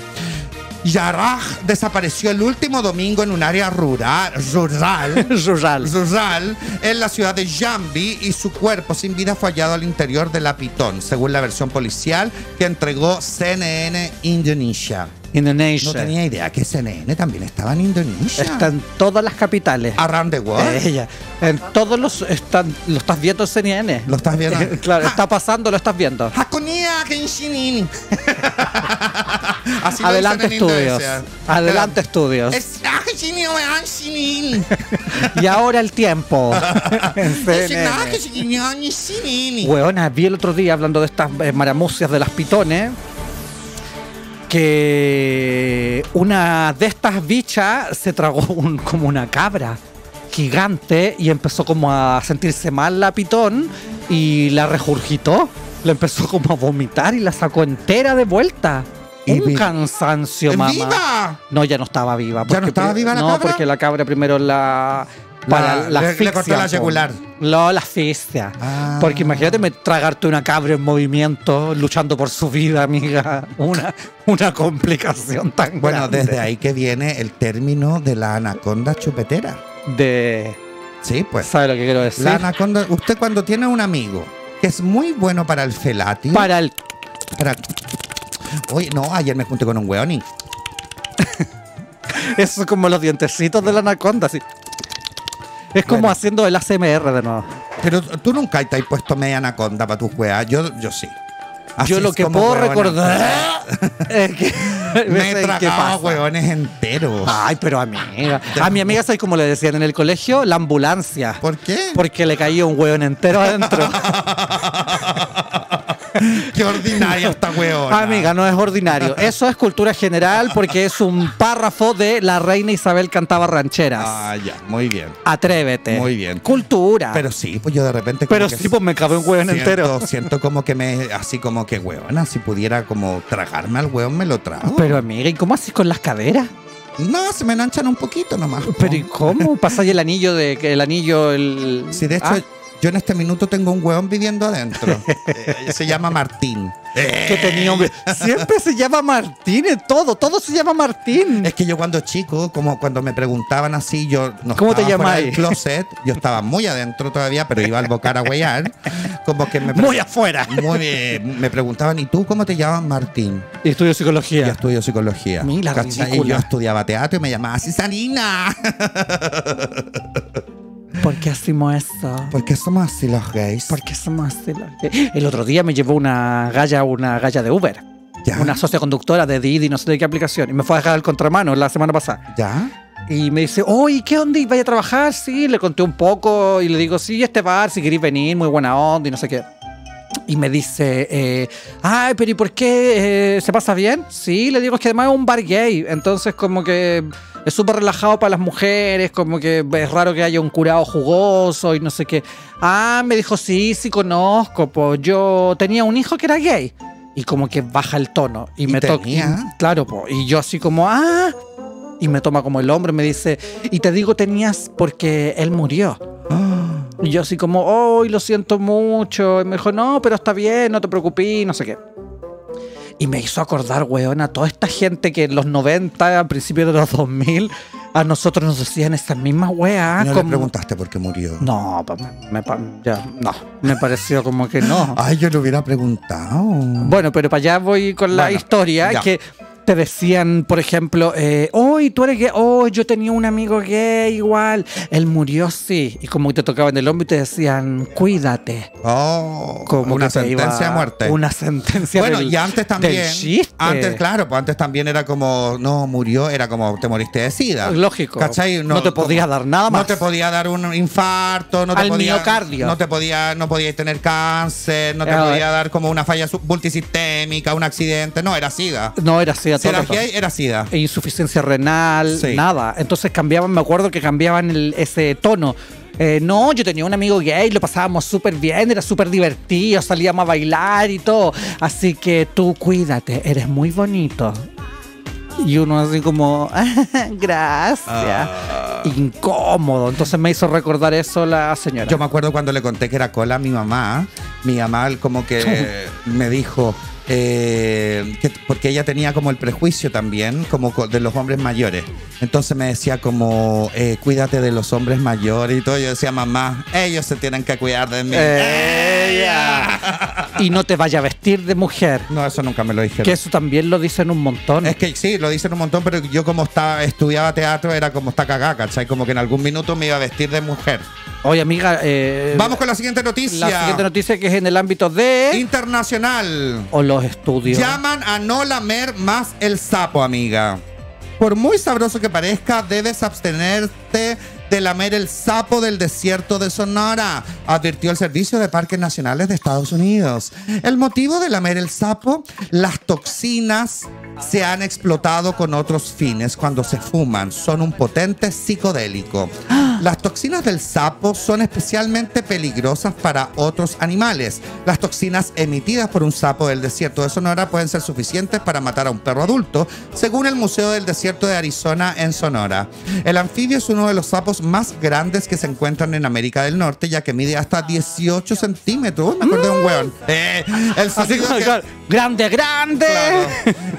B: Yaraj desapareció el último domingo en un área rural, rural
C: Rural.
B: rural en la ciudad de Jambi y su cuerpo sin vida fue hallado al interior de la pitón, según la versión policial que entregó CNN Indonesia.
C: Indonesia.
B: No tenía idea que CNN también estaba en Indonesia.
C: Está en todas las capitales. Eh,
B: Around the world.
C: Ella. En todos los. Están, lo estás viendo en CNN.
B: Lo estás viendo.
C: claro,
B: Ha-
C: está pasando, lo estás viendo.
B: Hakunia Kenshinin. Así lo
C: Adelante
B: dicen en
C: estudios.
B: Indonesia.
C: Adelante estudios.
B: Es Hakunia Kenshinin.
C: Y ahora el tiempo. En
B: Es
C: CNN.
B: Hakunia Kenshinin.
C: Weona, vi el otro día hablando de estas eh, maramucias de las pitones. Que una de estas bichas se tragó un- como una cabra gigante y empezó como a sentirse mal la pitón y la regurgitó. La empezó como a vomitar y la sacó entera de vuelta.
B: Y
C: un
B: vi-
C: cansancio, mamá.
B: ¡Viva!
C: No, ya no estaba viva.
B: ¿Ya no
C: porque
B: estaba
C: pri-
B: viva la
C: No,
B: cabra?
C: porque la cabra primero la...
B: La-
C: Para la,
B: le- le
C: asfixia,
B: cortó la
C: po.
B: yugular.
C: No, la asfixia.
B: Ah.
C: Porque imagínate me tragarte una cabra en movimiento, luchando por su vida, amiga. Una, una complicación tan
B: Bueno,
C: grande.
B: desde ahí que viene el término de la anaconda chupetera.
C: De...
B: Sí, pues.
C: ¿Sabes lo que quiero decir?
B: La anaconda, usted cuando tiene un amigo que es muy bueno para el felati.
C: Para el...
B: para- Oye, no, ayer me junté con un weón y
C: Eso es como los dientecitos de la anaconda, así. Es como
B: Bueno.
C: haciendo el ACMR de nuevo.
B: Pero tú nunca te has puesto media anaconda para tus weas. Yo, yo sí. Así
C: Yo lo
B: es
C: que
B: como
C: puedo
B: huevona.
C: recordar es que...
B: Me he
C: ¿qué pasa? Ah.
B: tragado hueones enteros.
C: Ay, pero
B: ah,
C: amiga. A mi amiga, ¿sabes cómo le decían en el colegio? La ambulancia.
B: ¿Por qué?
C: Porque le caía un hueón entero adentro.
B: Qué ordinaria esta hueona.
C: Amiga, no es ordinario. Eso es cultura general porque es un párrafo de La Reina Isabel cantaba rancheras.
B: Ah, ya, muy bien.
C: Atrévete.
B: Muy bien.
C: Cultura.
B: Pero sí, pues yo de repente. como
C: Pero
B: que
C: sí, pues me cabe un hueón
B: siento-
C: entero.
B: Siento como que me. Así como que hueona, si pudiera como tragarme al hueón, me lo trago.
C: Pero, amiga, ¿y cómo haces con las caderas?
B: no, se me enanchan un poquito nomás. po.
C: Pero ¿y cómo? ¿Pasáis el anillo de que el anillo el
B: Sí, de hecho,
C: Ah,
B: yo en este minuto tengo un hueón viviendo adentro. Eh, se llama Martín.
C: que tenía un-
B: eh.
C: Siempre se llama Martín en todo, todo se llama Martín.
B: Es que yo cuando chico, como cuando me preguntaban así, yo no
C: ¿Cómo te
B: estaba fuera
C: llamáis?
B: del closet, yo estaba muy adentro todavía, pero iba al bocar a huear, como que me pre-
C: Muy afuera.
B: muy bien, me preguntaban, ¿y tú cómo te llamas Martín?
C: Y estudio
B: Yo
C: psicología.
B: estudio psicología.
C: Mira,
B: ¿cachai? y
C: ridícula.
B: yo estudiaba teatro y me llamaba Cisalina.
C: ¿Por qué hacemos eso?
B: ¿Por qué somos así los gays?
C: ¿Por qué somos así? los gays? El otro día me llevó una galla, una galla de Uber.
B: ¿Ya?
C: Una socia conductora de Didi, no sé de qué aplicación. Y me fue a dejar al contramano la semana pasada.
B: ¿Ya?
C: Y me dice, oye, ¿qué onda? ¿Y vaya a trabajar? Sí, le conté un poco y le digo, sí, este bar, si queréis venir, muy buena onda y no sé qué. Y me dice, eh, ay, pero ¿y por qué? Eh, ¿Se pasa bien? Sí, le digo, es que además es un bar gay, entonces como que es súper relajado para las mujeres, como que es raro que haya un curado jugoso y no sé qué. Ah, me dijo, sí, sí conozco, pues yo tenía un hijo que era gay. Y como que baja el tono y, me toca.
B: tenía?
C: Claro, po. Y yo así como, ah, y me toma como el hombro y me dice, y te digo tenías porque él murió. Y yo así como, oh, lo siento mucho. Y me dijo, no, pero está bien, no te preocupes, no sé qué. Y me hizo acordar, weón, a toda esta gente que en los 90, a principios de los 2000, a nosotros nos decían esas mismas
B: Y
C: weas.
B: no le
C: como-
B: preguntaste por qué murió.
C: Ah, No, pa- me, pa- ya, no, me pareció como que no.
B: Ay, yo le hubiera preguntado.
C: Bueno, pero para allá voy con la
B: Bueno,
C: historia
B: ya.
C: que te decían, por ejemplo, eh, hoy tú eres gay, hoy yo tenía un amigo gay igual, él murió sí, y como que te tocaban el hombro y te decían, cuídate.
B: Oh,
C: Como
B: una
C: que te iba-
B: sentencia a muerte.
C: Una sentencia
B: Bueno,
C: del-
B: y antes también.
C: del chiste.
B: Antes, claro, pues antes también era como, no, murió, era como, te moriste de sida.
C: Lógico.
B: ¿Cachai?
C: No te podía dar nada
B: No
C: más.
B: te podía dar un infarto, no te
C: Al
B: podía.
C: miocardio.
B: No te podía, no podías tener cáncer, no te
C: Eh,
B: podía dar como una falla sub- multisistémica, un accidente. No, era sida.
C: No, era así a
B: Si
C: todo
B: era
C: rato.
B: gay, era sida.
C: e insuficiencia renal,
B: Sí.
C: nada. Entonces cambiaban, me acuerdo que cambiaban el- ese tono. Eh, no, yo tenía un amigo gay, lo pasábamos súper bien, era súper divertido, salíamos a bailar y todo. Así que tú cuídate, eres muy bonito. Y uno así como, gracias.
B: Ah.
C: Incómodo. Entonces me hizo recordar eso la señora.
B: Yo me acuerdo cuando le conté que era cola a mi mamá, mi mamá como que me dijo, eh, que- porque ella tenía como el prejuicio también, como co- de los hombres mayores. Entonces me decía como, eh, cuídate de los hombres mayores y todo. Yo decía, mamá, ellos se tienen que cuidar de mí.
C: Ella. y no te vaya a vestir de mujer.
B: No, eso nunca me lo dijeron.
C: Que eso también lo dicen un montón.
B: Es que sí, lo dicen un montón, pero yo como estaba, estudiaba teatro era como está cagada, ¿cachai? Como que en algún minuto me iba a vestir de mujer.
C: Oye, amiga, eh,
B: Vamos con la siguiente noticia.
C: La siguiente noticia que es en el ámbito de...
B: Internacional.
C: O los estudios.
B: Llaman a no lamer más el sapo, amiga. Por muy sabroso que parezca, debes abstenerte de lamer el sapo del desierto de Sonora, advirtió el Servicio de Parques Nacionales de Estados Unidos. El motivo de lamer el sapo, las toxinas se han explotado con otros fines cuando se fuman. Son un potente psicodélico. Las toxinas del sapo son especialmente peligrosas para otros animales. Las toxinas emitidas por un sapo del desierto de Sonora pueden ser suficientes para matar a un perro adulto, según el Museo del Desierto de Arizona en Sonora. El anfibio es uno de los sapos más grandes que se encuentran en América del Norte, ya que mide hasta 18 centímetros. Uy, me acordé de un weón. Eh, el
C: Mm. Así
B: sonido
C: como,
B: que-
C: claro, grande, grande.
B: Claro.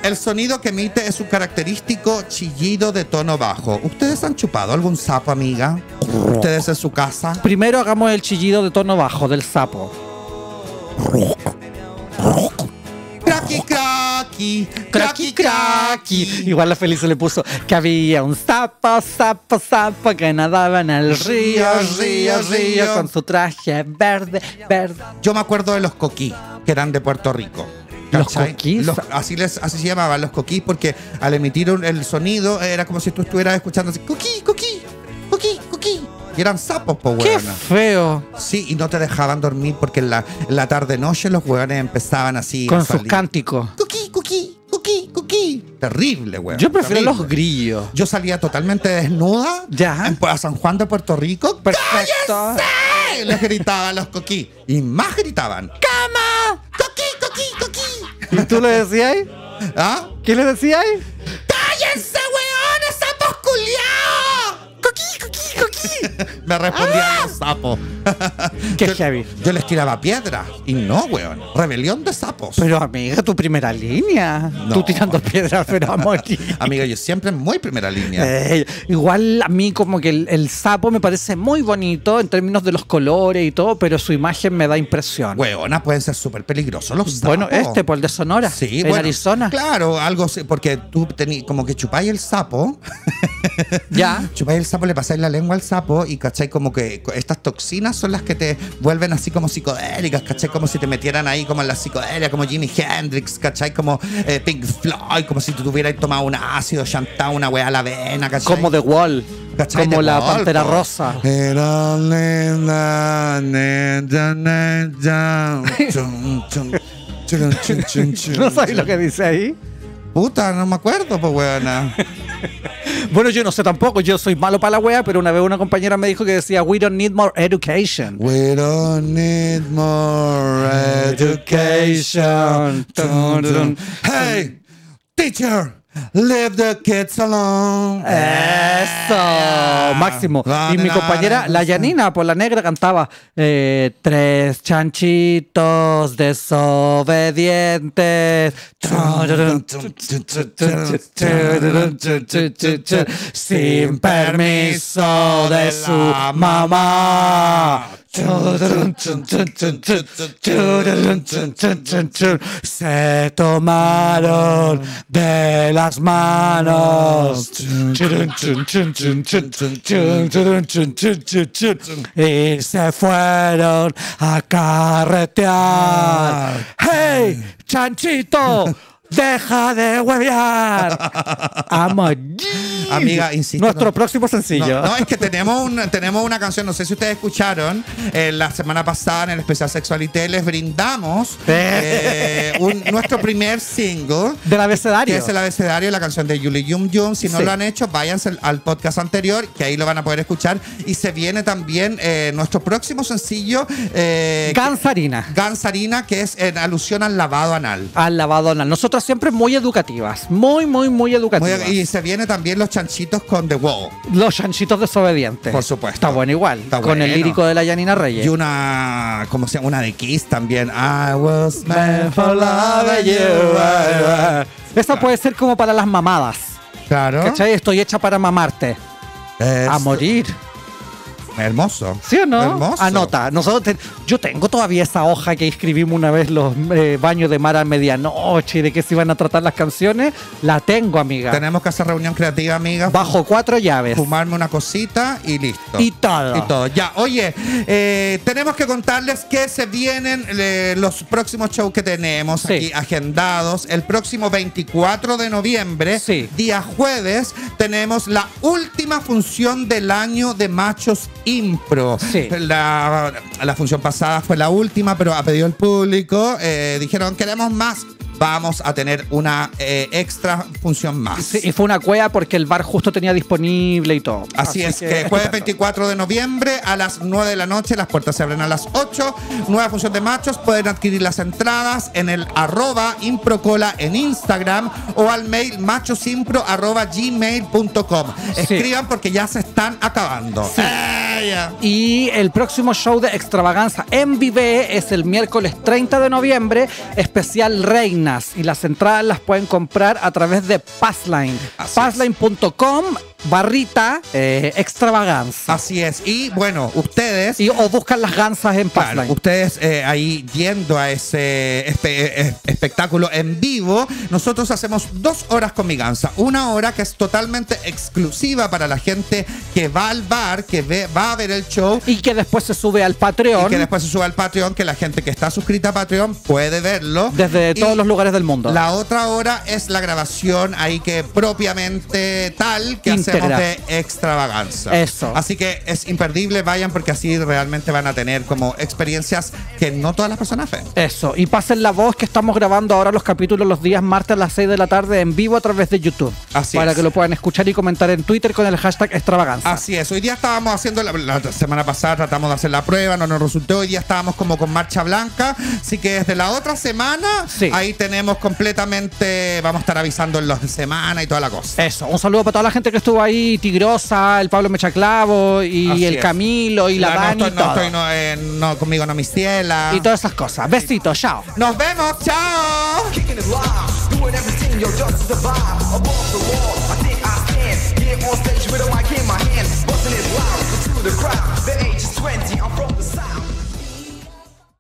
B: El sonido que emite es un característico chillido de tono bajo. ¿Ustedes han chupado algún sapo, amiga? ¿Ustedes en su casa?
C: Primero hagamos el chillido de tono bajo del sapo.
B: Craqui, craqui,
C: Craqui, craqui. Igual la feliz le puso que había un sapo, sapo, sapo que nadaba en el río, río, río, con su traje verde, verde.
B: Yo me acuerdo de los coquí, que eran de Puerto Rico.
C: ¿Los
B: ¿Cachai?
C: coquí?
B: Los- así, les, así se llamaban los coquí, porque al emitir un- el sonido era como si tú estuvieras escuchando así, coquí, coquí, coquí, coquí. Y eran sapos, po,
C: ¡Qué
B: weona.
C: feo!
B: Sí, y no te dejaban dormir porque en la, en la tarde-noche los hueones empezaban así a
C: Con sus
B: salir.
C: cánticos.
B: Cuquí, cuquí, cuquí, cuquí. Terrible, weón.
C: Yo prefiero
B: terrible.
C: los grillos.
B: Yo salía totalmente desnuda
C: Ya.
B: en- a San Juan de Puerto Rico.
C: Perfecto.
B: ¡Cállate! Les gritaban los coquí. Y más gritaban. ¡Cama! ¡Coquí, coquí, coquí!
C: ¿Y tú le decías?
B: ¿Ah?
C: ¿Qué le decías?
B: ¡Cállense, weón! ¡Sapos culiao! ¡Coquí, coquí, coquí! Me respondían los sapos.
C: ¡Ah! ¡Qué
B: Yo-
C: heavy!
B: Yo les tiraba piedras. Y no, weón. Rebelión de sapos.
C: Pero amiga, tu primera línea.
B: No.
C: Tú tirando piedras, pero a morir.
B: Amiga, yo siempre en muy primera línea.
C: Eh, igual a mí como que el, el sapo me parece muy bonito en términos de los colores y todo, pero su imagen me da impresión.
B: Hueona, pueden ser súper peligrosos los sapos.
C: Bueno, este, por el de Sonora,
B: Sí,
C: en
B: bueno,
C: Arizona.
B: Claro, algo así, porque tú tení, como que chupáis el sapo,
C: Ya.
B: chupáis el sapo, le pasáis la lengua al sapo y cachai como que co- estas toxinas son las que te vuelven así como psicodélicas, cachai como si te metieran ahí como en la psicodelia, como Jimi Hendrix, cachai como eh, Pink Floyd, como si tú tuvieras tomado un ácido, chantado una wea a la vena, cachai.
C: Como The Wall,
B: ¿Cachai?
C: como
B: De
C: la
B: golpe.
C: Pantera Rosa.
B: Era linda, nena, nena, chum, chum, chum, chum, chum, chum.
C: ¿No sabes lo que dice ahí?
B: Puta, no me acuerdo, pues weona.
C: Bueno, yo no sé tampoco, yo soy malo para la wea, pero una vez una compañera me dijo que decía, we don't need more education.
B: We don't need more education. Dun, dun. Hey, teacher, leave the kids alone.
C: Eso, máximo.
B: Dale,
C: Y mi
B: dale,
C: compañera, la
B: dale.
C: Yanina, por la negra, cantaba eh, Tres chanchitos desobedientes. Sin permiso de su mamá. Se tomaron de las manos. Y se fueron a
B: Ah,
C: carretear. ¡Hey, chanchito! ¡Deja de huevear! Amo.
B: Amiga, insisto,
C: Nuestro
B: no-
C: próximo sencillo.
B: No, no, es que tenemos, un, tenemos una canción, no sé si ustedes escucharon, eh, la semana pasada en el especial Sexualité les brindamos eh, un- nuestro primer single.
C: Del abecedario.
B: Que es el abecedario de la canción de Yuli Yum Yum. Si no
C: Sí.
B: lo han hecho, váyanse al, al podcast anterior, que ahí lo van a poder escuchar. Y se viene también eh, nuestro próximo sencillo, eh,
C: Gansarina.
B: Gansarina, que es en alusión al lavado anal.
C: Al lavado anal. Nosotras siempre muy educativas. Muy, muy, muy
B: Muy-
C: educativas.
B: y se viene también los chanchitos con The Wall.
C: Los chanchitos desobedientes.
B: Por supuesto.
C: Está bueno igual.
B: Está
C: con el
B: bueno.
C: lírico de la Yanina Reyes.
B: Y una, ¿cómo se llama? Una de Kiss también. I was meant
C: Man
B: for
C: for
B: loving
C: love you.
B: you.
C: Esa puede ser como para las mamadas.
B: Claro.
C: ¿Cachai? Estoy hecha para mamarte.
B: Es
C: A morir.
B: Hermoso.
C: ¿Sí o no?
B: Este- Hermoso.
C: Anota. Nosotros te- yo tengo todavía esa hoja que escribimos una vez los eh, baños de mar a medianoche y de qué se iban a tratar las canciones. La tengo, amiga.
B: Tenemos que hacer reunión creativa, amiga.
C: Bajo cuatro llaves.
B: Fumarme una cosita y listo.
C: Y todo.
B: Y todo. Ya, oye, eh, tenemos que contarles que se vienen eh, los próximos shows que tenemos
C: Sí.
B: aquí agendados. El próximo 24 de noviembre,
C: Sí.
B: día jueves, tenemos la última función del año de Machos Impro.
C: Sí.
B: La, la función pasada fue la última, pero a pedido del público eh, dijeron, queremos más. vamos a tener una eh, extra función más.
C: Sí, y fue una cueva porque el bar justo tenía disponible y todo.
B: Así, es que, jueves 24 de noviembre a las 9 de la noche, las puertas se abren a las 8. Nueva función de machos, pueden adquirir las entradas en el arroba improcola en Instagram o al mail machosimpro arroba gmail.com.
C: Sí.
B: Escriban porque ya se están acabando. ¡Eh, ya!
C: Y el próximo show de extravaganza en Vive es el miércoles 30 de noviembre, especial Reinas. Y las entradas las pueden comprar a través de Passline.
B: Así es.
C: Passline.com barrita eh, extravaganza.
B: Así es. Y bueno, ustedes
C: Y, o buscan las gansas en
B: Claro,
C: Passline.
B: ustedes eh, ahí yendo a ese espe- eh, espectáculo en vivo, nosotros hacemos dos horas con mi ganza. Una hora que es totalmente exclusiva para la gente que va al bar, que ve- va a ver el show.
C: y que después se sube al
B: Y
C: Patreon
B: que después se suba al Patreon, que la gente que está suscrita a Patreon puede verlo.
C: desde
B: Y
C: todos los lugares del mundo.
B: La otra hora es la grabación ahí que propiamente tal que
C: Íntegra.
B: hacemos de extravaganza.
C: Eso.
B: Así que es imperdible, vayan porque así realmente van a tener como experiencias que no todas las personas ven.
C: Eso, y pasen la voz que estamos grabando ahora los capítulos los días martes a las 6 de la tarde en vivo a través de YouTube.
B: Así
C: Para
B: es.
C: que lo puedan escuchar y comentar en Twitter con el hashtag extravaganza.
B: Así es, hoy día estábamos haciendo, la, la semana pasada tratamos de hacer la prueba, no nos resultó, hoy día estábamos como con marcha blanca, así que desde la otra semana
C: Sí.
B: ahí tenemos completamente, vamos a estar avisando en las de semana y toda la cosa.
C: Eso, un saludo para toda la gente que estuvo ahí, Tigrosa, el Pablo Mechaclavo y
B: Así
C: el
B: es.
C: Camilo y la,
B: no
C: Dani
B: estoy-
C: y,
B: no
C: todo.
B: estoy, no, eh, no, conmigo no mis tielas.
C: y todas esas cosas. Besitos, chao.
B: Nos vemos, chao.
E: kicking it live, doing everything, yo, just to survive. Above the wall, I think